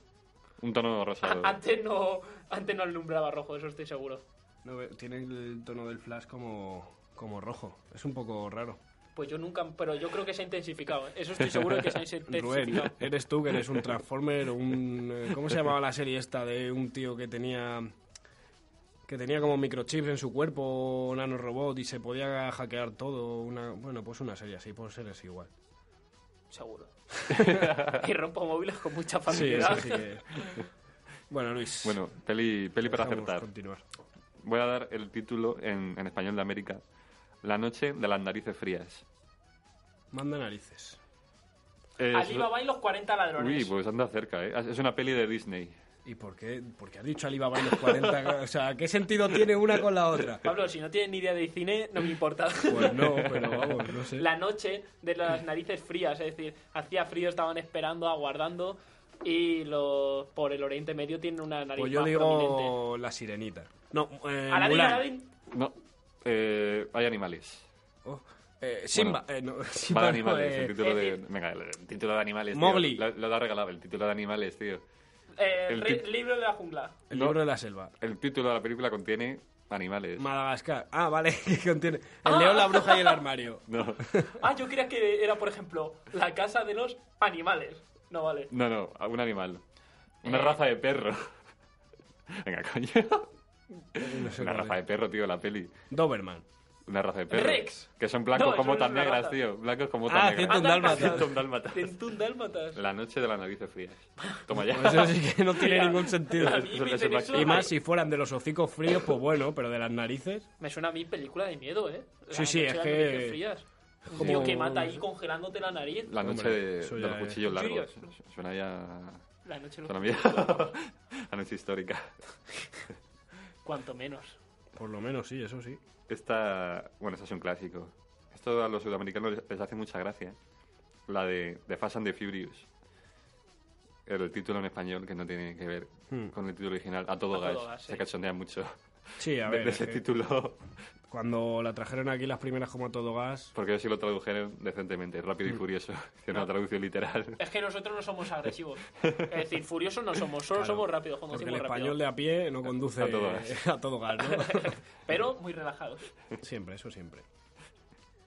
Speaker 4: un tono rosado.
Speaker 2: Ah,
Speaker 3: Antes no, antes no alumbraba rojo, eso estoy seguro.
Speaker 2: No, ve- tiene el tono del flash como, como rojo. Es un poco raro.
Speaker 3: Pues yo nunca, pero yo creo que se ha intensificado. ¿eh? Eso estoy seguro de que se ha
Speaker 2: Rubén,
Speaker 3: intensificado.
Speaker 2: eres tú que eres un Transformer o un... eh, ¿Cómo se llamaba la serie esta de un tío que tenía... Que tenía como microchips en su cuerpo, un nanorobot y se podía hackear todo. Una, bueno, pues una serie así, por ser es igual.
Speaker 3: Seguro. y rompo móviles con mucha
Speaker 2: Sí,
Speaker 3: facilidad.
Speaker 2: así que... Bueno, Luis.
Speaker 4: Bueno, peli, peli para
Speaker 2: dejamos
Speaker 4: acertar.
Speaker 2: Continuar.
Speaker 4: Voy a dar el título en, en español de América. La noche de las narices frías.
Speaker 2: Manda narices.
Speaker 4: Es-
Speaker 3: Alibaba y los 40
Speaker 4: Uy,
Speaker 3: ladrones.
Speaker 4: pues anda cerca, ¿eh? Es una peli de Disney.
Speaker 2: ¿Y por qué, por qué has dicho Alibaba y los 40? O sea, ¿qué sentido tiene una con la otra?
Speaker 3: Pablo, si no tienes ni idea de cine, no me importa.
Speaker 2: Pues no, pero vamos, no sé.
Speaker 3: la noche de
Speaker 2: Mm.
Speaker 3: las narices frías, es decir, hacía frío, estaban esperando, aguardando y los por el Oriente Medio tienen una nariz
Speaker 2: Pues yo
Speaker 3: más prominente.
Speaker 2: digo la sirenita. No, eh,
Speaker 3: Aladín,
Speaker 2: Mulan.
Speaker 3: Aladín.
Speaker 4: No, eh, hay animales.
Speaker 2: Oh, eh, Simba.
Speaker 4: Bueno,
Speaker 2: eh, no, Simba
Speaker 4: Para
Speaker 2: no,
Speaker 4: animales,
Speaker 2: eh,
Speaker 4: el título de...
Speaker 3: decir-
Speaker 4: Venga, el el título de animales, tío.
Speaker 2: Mowgli.
Speaker 4: Lo, lo ha regalado, el título de animales, tío.
Speaker 3: Eh,
Speaker 4: El
Speaker 3: re-
Speaker 4: tip-
Speaker 3: libro de la jungla.
Speaker 2: el
Speaker 4: no.
Speaker 2: libro de la selva.
Speaker 4: El título de la película contiene animales.
Speaker 2: Madagascar. Ah, vale, que contiene. El león, la bruja y el armario.
Speaker 4: No,
Speaker 3: Ah, yo creía que era, por ejemplo, la casa de los animales. No vale.
Speaker 4: no, no, un animal. Una
Speaker 2: Eh.
Speaker 4: raza de perro. Venga, coño.
Speaker 2: No sé
Speaker 4: Una
Speaker 2: cuál
Speaker 4: raza de
Speaker 2: es.
Speaker 4: perro, tío, la peli.
Speaker 2: Doberman.
Speaker 4: Una raza de perro.
Speaker 3: Rex.
Speaker 4: Que son blancos
Speaker 3: No, eso no
Speaker 4: como
Speaker 3: es
Speaker 4: tan
Speaker 3: una
Speaker 4: negras,
Speaker 3: raza.
Speaker 4: tío. Blancos como
Speaker 2: Ah,
Speaker 4: tan negras.
Speaker 2: ciento un dálmatas.
Speaker 4: Ciento un dálmatas.
Speaker 3: Centún dálmatas.
Speaker 4: La noche de las narices frías. Toma ya.
Speaker 2: Eso sí que no tiene ningún sentido.
Speaker 3: A mí me
Speaker 4: Eso es
Speaker 3: interesó-
Speaker 2: Y más si fueran de los hocicos fríos, pues bueno, pero de las narices.
Speaker 3: Me suena a mí película de miedo, ¿eh? La
Speaker 2: Sí, sí,
Speaker 3: noche
Speaker 2: es
Speaker 3: de las
Speaker 2: que-
Speaker 3: narices frías. Un
Speaker 2: como-
Speaker 3: tío que mata ahí congelándote la nariz.
Speaker 4: La noche
Speaker 2: Hombre,
Speaker 4: de,
Speaker 2: eso
Speaker 4: de
Speaker 2: ya
Speaker 4: los
Speaker 2: es.
Speaker 4: cuchillos largos.
Speaker 3: Cuchillos.
Speaker 4: Suena ya...
Speaker 3: La noche de los-
Speaker 4: Suena bien. la noche histórica.
Speaker 3: Cuanto menos.
Speaker 2: Por lo menos, sí, eso sí.
Speaker 4: Esta, bueno, esta es un clásico. Esto a los sudamericanos les- les hace mucha gracia. La de, de Fast and the Furious. El título en español que no tiene que ver
Speaker 2: Hmm.
Speaker 4: con el título original. A todo
Speaker 3: A
Speaker 4: gas.
Speaker 3: todo gas,
Speaker 4: Se
Speaker 3: sí.
Speaker 4: cachondea mucho.
Speaker 2: Sí, a
Speaker 4: de,
Speaker 2: ver. eh.
Speaker 4: de
Speaker 2: es
Speaker 4: ese
Speaker 2: que
Speaker 4: título.
Speaker 2: Cuando la trajeron aquí las primeras como a todo gas.
Speaker 4: Porque ellos sí lo tradujeron decentemente. Rápido
Speaker 2: Hmm.
Speaker 4: y furioso. Hicieron
Speaker 2: Ah.
Speaker 4: una traducción literal.
Speaker 3: Es que nosotros no somos agresivos. Es decir, furiosos no somos, solo
Speaker 2: claro,
Speaker 3: somos rápidos,
Speaker 2: Porque
Speaker 3: conducimos
Speaker 2: el
Speaker 3: rápido.
Speaker 2: español de a pie no conduce
Speaker 4: A todo gas.
Speaker 2: a todo gas, ¿no?
Speaker 3: Pero muy relajados.
Speaker 2: siempre, eso siempre.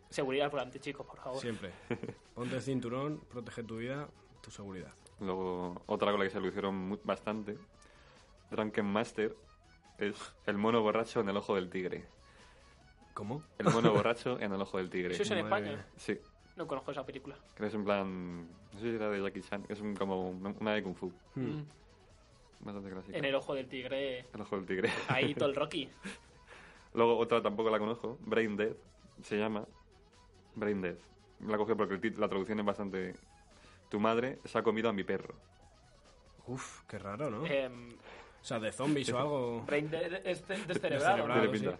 Speaker 3: Seguridad volante, chicos, por favor.
Speaker 2: Siempre. Ponte el cinturón, protege tu vida, tu seguridad.
Speaker 4: Luego, otra con la que se lo hicieron mu- bastante. Drunken Master es el mono borracho en el ojo del tigre.
Speaker 2: ¿Cómo?
Speaker 4: El mono borracho en el ojo del tigre.
Speaker 3: Eso es en
Speaker 2: Madre
Speaker 3: España.
Speaker 2: mía.
Speaker 4: Sí.
Speaker 3: No conozco esa película.
Speaker 2: Hmm.
Speaker 4: Que es en plan. No sé si era de Jackie Chan, que es un- como un- una de Kung Fu. Bastante clásica.
Speaker 3: En el ojo del tigre,
Speaker 4: El ojo del tigre.
Speaker 3: ahí todo el Rocky.
Speaker 4: Luego otra tampoco la conozco, Brain Dead, se llama Brain Dead. La cogí porque el tit- la traducción es bastante... Tu madre se ha comido a mi perro.
Speaker 2: Uf, qué raro, ¿no? O
Speaker 3: Em,
Speaker 2: sea, de zombies o algo.
Speaker 3: Brain de- es de- descerebrado, ¿no?
Speaker 2: Descerebrado.
Speaker 4: tiene
Speaker 2: sí.
Speaker 4: pinta.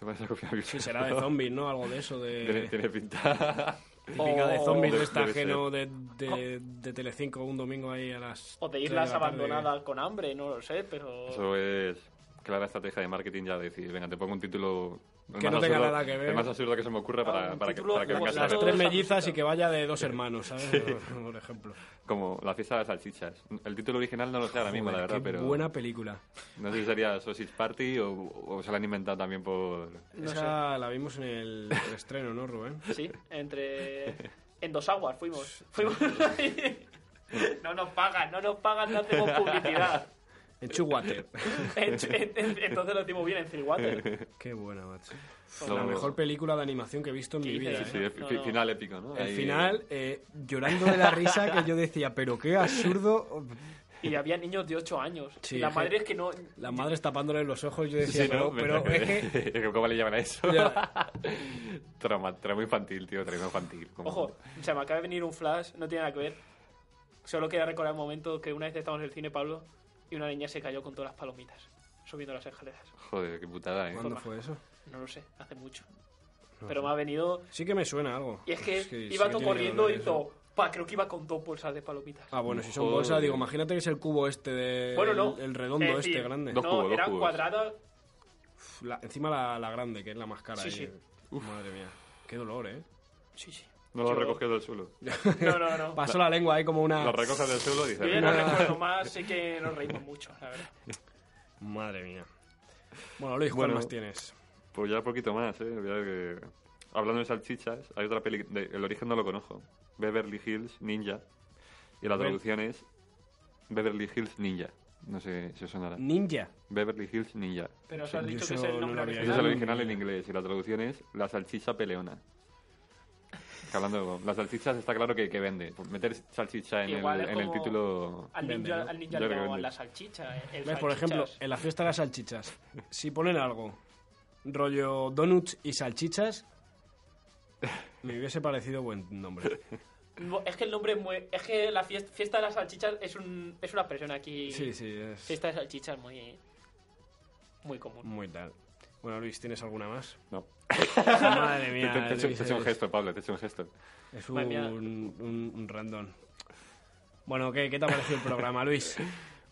Speaker 4: Tu madre se ha comido a mi perro.
Speaker 2: Sí, será de zombies, ¿no? Algo de eso,
Speaker 4: Tiene,
Speaker 2: de.
Speaker 4: tiene pinta.
Speaker 2: Típica de
Speaker 3: O-
Speaker 2: zombies de
Speaker 4: Debe-
Speaker 2: esta
Speaker 4: debe
Speaker 2: que no de, de, de Telecinco un domingo ahí a las.
Speaker 3: Oh. O de
Speaker 2: tres
Speaker 3: islas
Speaker 2: la tarde.
Speaker 3: abandonadas con hambre, no lo sé, pero...
Speaker 4: Eso es clara estrategia de marketing ya de decir, venga, te pongo un título... el
Speaker 2: Que
Speaker 4: más
Speaker 2: no tenga
Speaker 4: absurdo-
Speaker 2: nada que ver.
Speaker 4: El más absurdo que se me ocurra
Speaker 3: Ah,
Speaker 4: para,
Speaker 3: un
Speaker 4: para que,
Speaker 3: título
Speaker 4: para que
Speaker 3: como
Speaker 4: vengas a
Speaker 2: Las
Speaker 3: Claro.
Speaker 4: ver.
Speaker 2: tres mellizas y que vaya de dos hermanos, ¿sabes? Por ejemplo.
Speaker 4: Como la fiesta de las salchichas. El título original no lo sé ahora mismo, la
Speaker 2: Joder,
Speaker 4: verdad,
Speaker 2: qué
Speaker 4: pero...
Speaker 2: Buena película.
Speaker 4: No sé si sería Sausage Party o, o se la han inventado también por...
Speaker 2: Esa la vimos en el estreno, ¿no, Rubén?
Speaker 3: Sí, entre... En dos aguas fuimos. fuimos no nos pagan, no nos pagan, no hacemos publicidad.
Speaker 2: En Chuwater.
Speaker 3: En- en- en- entonces lo dimos bien en Stillwater.
Speaker 2: Qué buena, macho.
Speaker 4: No,
Speaker 2: La
Speaker 4: no.
Speaker 2: mejor película de animación que he visto en mi
Speaker 3: Sí,
Speaker 2: vida. ¿eh?
Speaker 3: sí,
Speaker 4: Sí,
Speaker 3: No,
Speaker 4: fi-
Speaker 3: no,
Speaker 4: fi-
Speaker 3: no.
Speaker 4: final épico, ¿no?
Speaker 2: Al
Speaker 4: Ahí-
Speaker 2: final, eh, llorando de la risa, que yo decía, pero qué absurdo.
Speaker 3: Y había niños de 8 años.
Speaker 2: Sí,
Speaker 3: y la
Speaker 2: es
Speaker 3: madre
Speaker 2: que-
Speaker 3: es que no...
Speaker 2: Las madres tapándole los ojos, yo
Speaker 4: Sí,
Speaker 2: decía,
Speaker 4: ¿no?
Speaker 2: pero, pero
Speaker 4: Pensaba que-
Speaker 2: es que.
Speaker 4: ¿Cómo le llaman a eso?
Speaker 2: Ya.
Speaker 4: Trauma, trauma infantil, tío, trauma infantil. como-
Speaker 3: Ojo, se me acaba de venir un flash, no tiene nada que ver. Solo queda recordar el momento que una vez estábamos en el cine, Pablo, y una niña se cayó con todas las palomitas, subiendo las escaleras.
Speaker 4: Joder, qué putada, ¿eh?
Speaker 2: ¿Cuándo fue eso?
Speaker 3: No lo sé, hace mucho. Pero me ha venido...
Speaker 2: Sí que me suena algo.
Speaker 3: Y es que,
Speaker 2: sí
Speaker 3: iba
Speaker 2: que
Speaker 3: todo
Speaker 2: tiene que
Speaker 3: corriendo
Speaker 2: doler
Speaker 3: y
Speaker 2: eso.
Speaker 3: todo... Pa, creo que iba con dos bolsas de palomitas.
Speaker 2: Ah, bueno, si son
Speaker 4: Joder.
Speaker 2: bolsas, digo, imagínate que es el cubo este de.
Speaker 3: Bueno, no. Eh,
Speaker 2: El, el redondo
Speaker 3: Es
Speaker 2: este
Speaker 3: decir,
Speaker 2: grande.
Speaker 4: Dos
Speaker 3: no,
Speaker 4: cubos, dos
Speaker 3: era
Speaker 4: cubos.
Speaker 3: cuadrada.
Speaker 2: Uf, la- encima la, la grande, que es la más cara.
Speaker 3: Sí,
Speaker 2: ahí.
Speaker 3: sí.
Speaker 2: Madre mía. Qué dolor, ¿eh?
Speaker 3: Sí, sí.
Speaker 4: No lo
Speaker 3: Yo-
Speaker 4: recogió del suelo.
Speaker 3: No, no, no.
Speaker 2: Pasó la lengua ahí como una.
Speaker 4: Lo recoges del suelo y
Speaker 3: Yo ya
Speaker 4: dices...
Speaker 3: no
Speaker 2: Nada.
Speaker 3: recuerdo más, sé que nos reímos mucho, la verdad.
Speaker 2: Madre mía. Bueno, Luis, ¿cuál
Speaker 4: Bueno.
Speaker 2: más tienes?
Speaker 4: Pues ya poquito más, ¿eh? Voy a que- Hablando de salchichas, hay otra peli... de- El origen no lo conozco. Beverly Hills Ninja. Y la
Speaker 2: Ven.
Speaker 4: traducción es... Beverly Hills Ninja. No sé si os sonará.
Speaker 2: Ninja.
Speaker 4: Beverly Hills Ninja.
Speaker 3: Pero os has
Speaker 2: Yo
Speaker 3: dicho que
Speaker 2: eso
Speaker 3: es el
Speaker 2: no
Speaker 3: nombre
Speaker 2: lo había
Speaker 4: Ese es el
Speaker 3: original.
Speaker 4: original en inglés y la traducción es la salchicha peleona. Que Hablando de las salchichas, está claro que, que vende. Meter salchicha en, el,
Speaker 3: Igual es
Speaker 4: en el
Speaker 3: como
Speaker 4: título.
Speaker 3: Al
Speaker 2: Vende,
Speaker 3: ninja,
Speaker 2: ¿no?
Speaker 3: al ninja
Speaker 4: Yo
Speaker 3: le
Speaker 4: creo que
Speaker 3: llamaban
Speaker 4: vende.
Speaker 3: la salchicha. el
Speaker 2: ¿Ves? Por ejemplo,
Speaker 3: salchichas.
Speaker 2: en la fiesta de las salchichas, si ponen algo, rollo donuts y salchichas, me hubiese parecido buen nombre.
Speaker 3: No, Es que el nombre es muy. Es que la fiesta, fiesta de las salchichas es, un, es una expresión aquí.
Speaker 2: Sí, sí, es
Speaker 3: Fiesta de salchichas muy. Muy común.
Speaker 2: muy tal. Bueno, Luis, ¿tienes alguna más?
Speaker 4: No.
Speaker 2: Madre
Speaker 4: Te-
Speaker 2: mía.
Speaker 4: te- te he hecho-
Speaker 2: Luis,
Speaker 4: te he hecho un
Speaker 2: es-
Speaker 4: gesto, Pablo, te he hecho un gesto.
Speaker 2: Es un,
Speaker 3: Madre mía.
Speaker 2: un, un random. Bueno, ¿qué, qué te ha parecido el programa, Luis?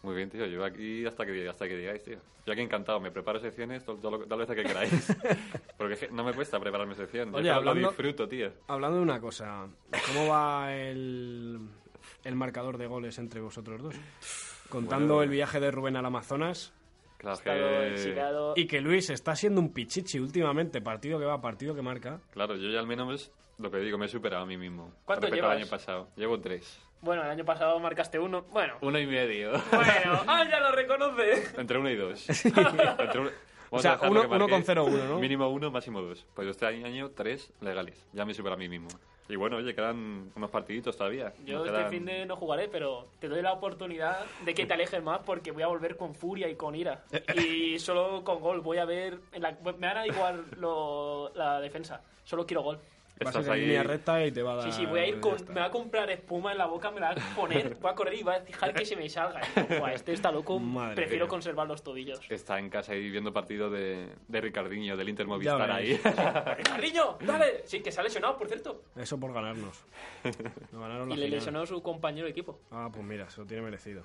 Speaker 4: Muy bien, tío. Yo aquí hasta que, hasta que digáis, tío. Yo aquí encantado. Me preparo secciones todo- todo lo- tal vez a que queráis. Porque es que no me cuesta prepararme secciones.
Speaker 2: Oye,
Speaker 4: Yo lo
Speaker 2: hablando-
Speaker 4: disfruto, tío.
Speaker 2: Hablando de una cosa, ¿cómo va el, el marcador de goles entre vosotros dos? Contando
Speaker 4: Bueno.
Speaker 2: el viaje de Rubén al Amazonas
Speaker 4: Claro que-
Speaker 3: Estado exiliado.
Speaker 2: y que Luis está siendo un pichichi últimamente, partido que va, partido que marca.
Speaker 4: Claro, yo ya al menos lo que digo, me he superado a mí mismo.
Speaker 3: ¿Cuánto
Speaker 4: Respecto
Speaker 3: llevas?
Speaker 4: al año pasado. Llevo tres.
Speaker 3: Bueno, el año pasado marcaste uno. Bueno.
Speaker 4: Uno y medio.
Speaker 3: Bueno, ¡ah, ya lo reconoce!
Speaker 4: Entre uno y dos. Entre uno-
Speaker 2: O
Speaker 4: Vamos
Speaker 2: sea,
Speaker 4: a dejar
Speaker 2: uno-
Speaker 4: lo que marqué.
Speaker 2: uno con cero, uno, ¿no?
Speaker 4: Mínimo uno, máximo dos. Pues este año tres legales. Ya me supera a mí mismo. Y bueno, oye, quedan unos partiditos todavía.
Speaker 3: Yo
Speaker 4: Nos
Speaker 3: este
Speaker 4: quedan-
Speaker 3: fin de no jugaré, pero te doy la oportunidad de que te alejes más porque voy a volver con furia y con ira. Y solo con gol. Voy a ver. en la- me van a igual lo- la defensa. Solo quiero gol.
Speaker 2: Vas a ir
Speaker 4: Estás
Speaker 2: en
Speaker 4: ahí...
Speaker 2: línea recta y te va a dar...
Speaker 3: Sí, sí, voy a ir
Speaker 2: Ah, ya
Speaker 3: con.
Speaker 2: está.
Speaker 3: Me va a comprar espuma en la boca, me la va a poner, voy a correr y va a fijar que se me salga. Y digo, "Buah, este está loco,
Speaker 2: Madre
Speaker 3: prefiero
Speaker 2: mía.
Speaker 3: conservar los tobillos.
Speaker 4: Está en casa ahí viendo partido de, de Ricardinho, del Inter
Speaker 2: Ya
Speaker 4: Movistar ahí.
Speaker 2: veréis.
Speaker 3: ¡Ricardinho! ¡Dale! Sí, que se ha lesionado, por cierto.
Speaker 2: Eso por ganarnos. Nos ganaron
Speaker 3: Y
Speaker 2: la
Speaker 3: le
Speaker 2: final.
Speaker 3: lesionó su compañero de equipo.
Speaker 2: Ah, pues mira, se lo tiene merecido.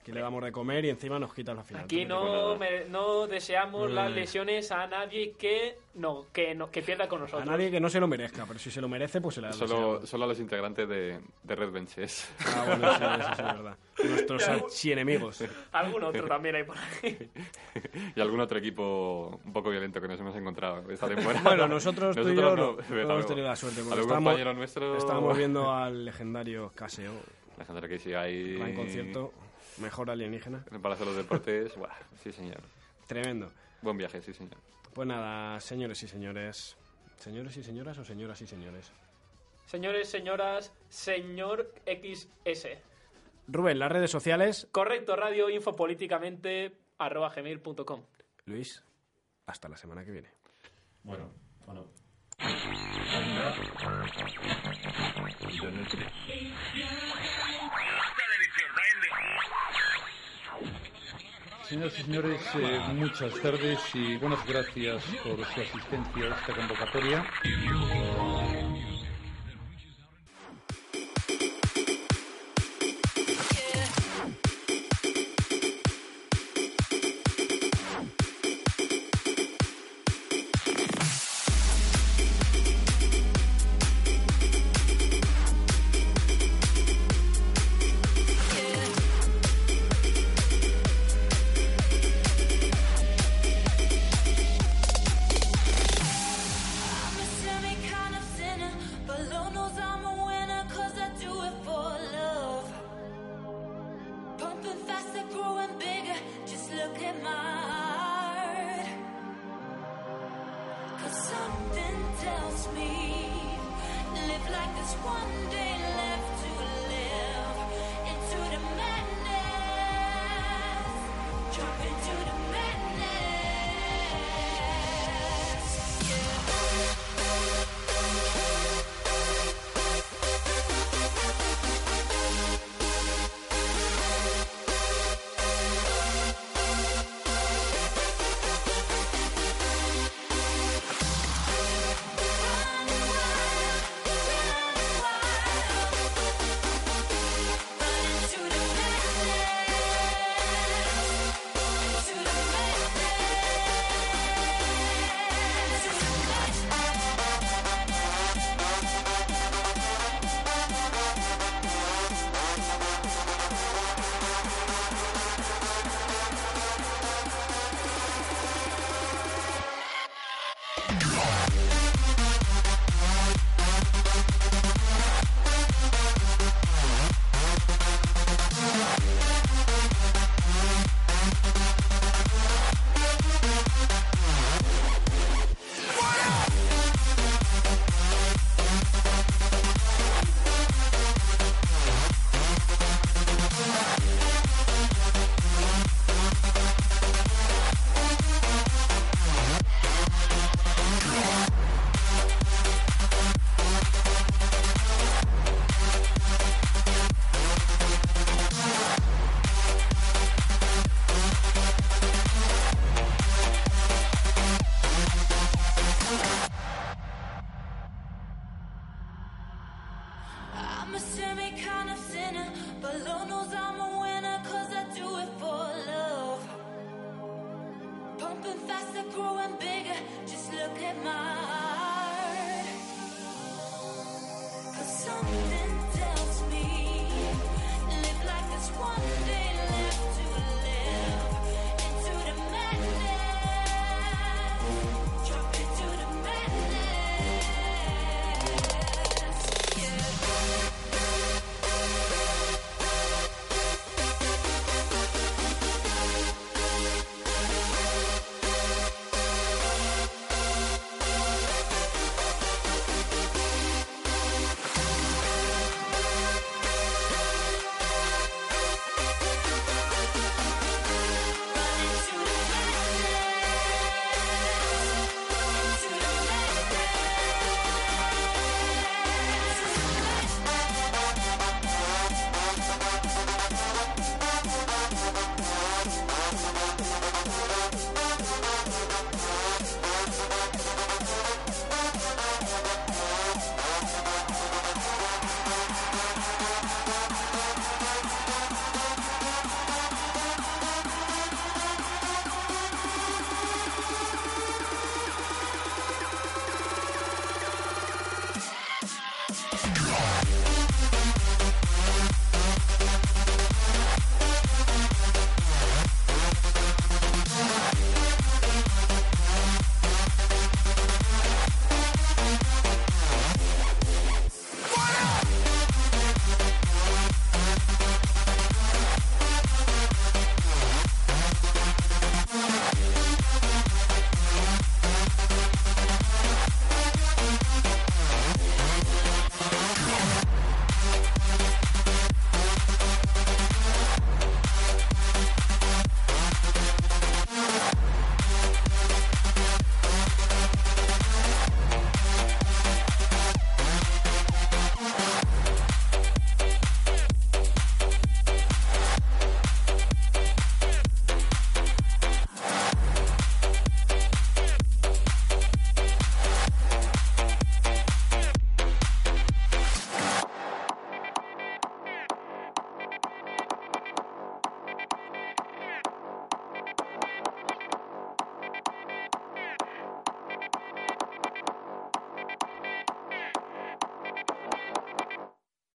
Speaker 2: Aquí le damos de comer y encima nos quitas la final.
Speaker 3: Aquí no, me- no deseamos las lesiones a nadie que no, que no, que pierda con
Speaker 2: A
Speaker 3: nosotros.
Speaker 2: nadie que no se lo merezca, pero si se lo merece, pues se la
Speaker 4: solo, solo a los integrantes de, de Red Benches.
Speaker 2: Ah, bueno, sí, eso sí es verdad. Nuestros archienemigos.
Speaker 3: Algún otro también hay por ahí.
Speaker 4: y algún otro equipo un poco violento que nos hemos encontrado esta temporada.
Speaker 2: Bueno, nosotros, tú y yo no, no
Speaker 4: pero
Speaker 2: hemos
Speaker 4: algo-
Speaker 2: tenido la suerte. Porque
Speaker 4: algún
Speaker 2: estábamos,
Speaker 4: compañero nuestro...
Speaker 2: estábamos viendo al legendario Caseo,
Speaker 4: La gente que sí hay...
Speaker 2: gran concierto, mejor alienígena.
Speaker 4: En el Palacio de los Deportes, buah, sí señor.
Speaker 2: Tremendo.
Speaker 4: Buen viaje, sí señor.
Speaker 2: Pues nada, señores y señores. ¿Señores y señoras o señoras y señores?
Speaker 3: Señores, señoras, señor XS.
Speaker 2: Rubén, las redes sociales.
Speaker 3: Correcto, radio info políticamente arroba gmail.com.
Speaker 2: Luis, hasta la semana que viene.
Speaker 7: Bueno, bueno.
Speaker 8: Señoras y señores, eh, muchas tardes y buenas gracias por su asistencia a esta convocatoria.
Speaker 9: Jump into the madness.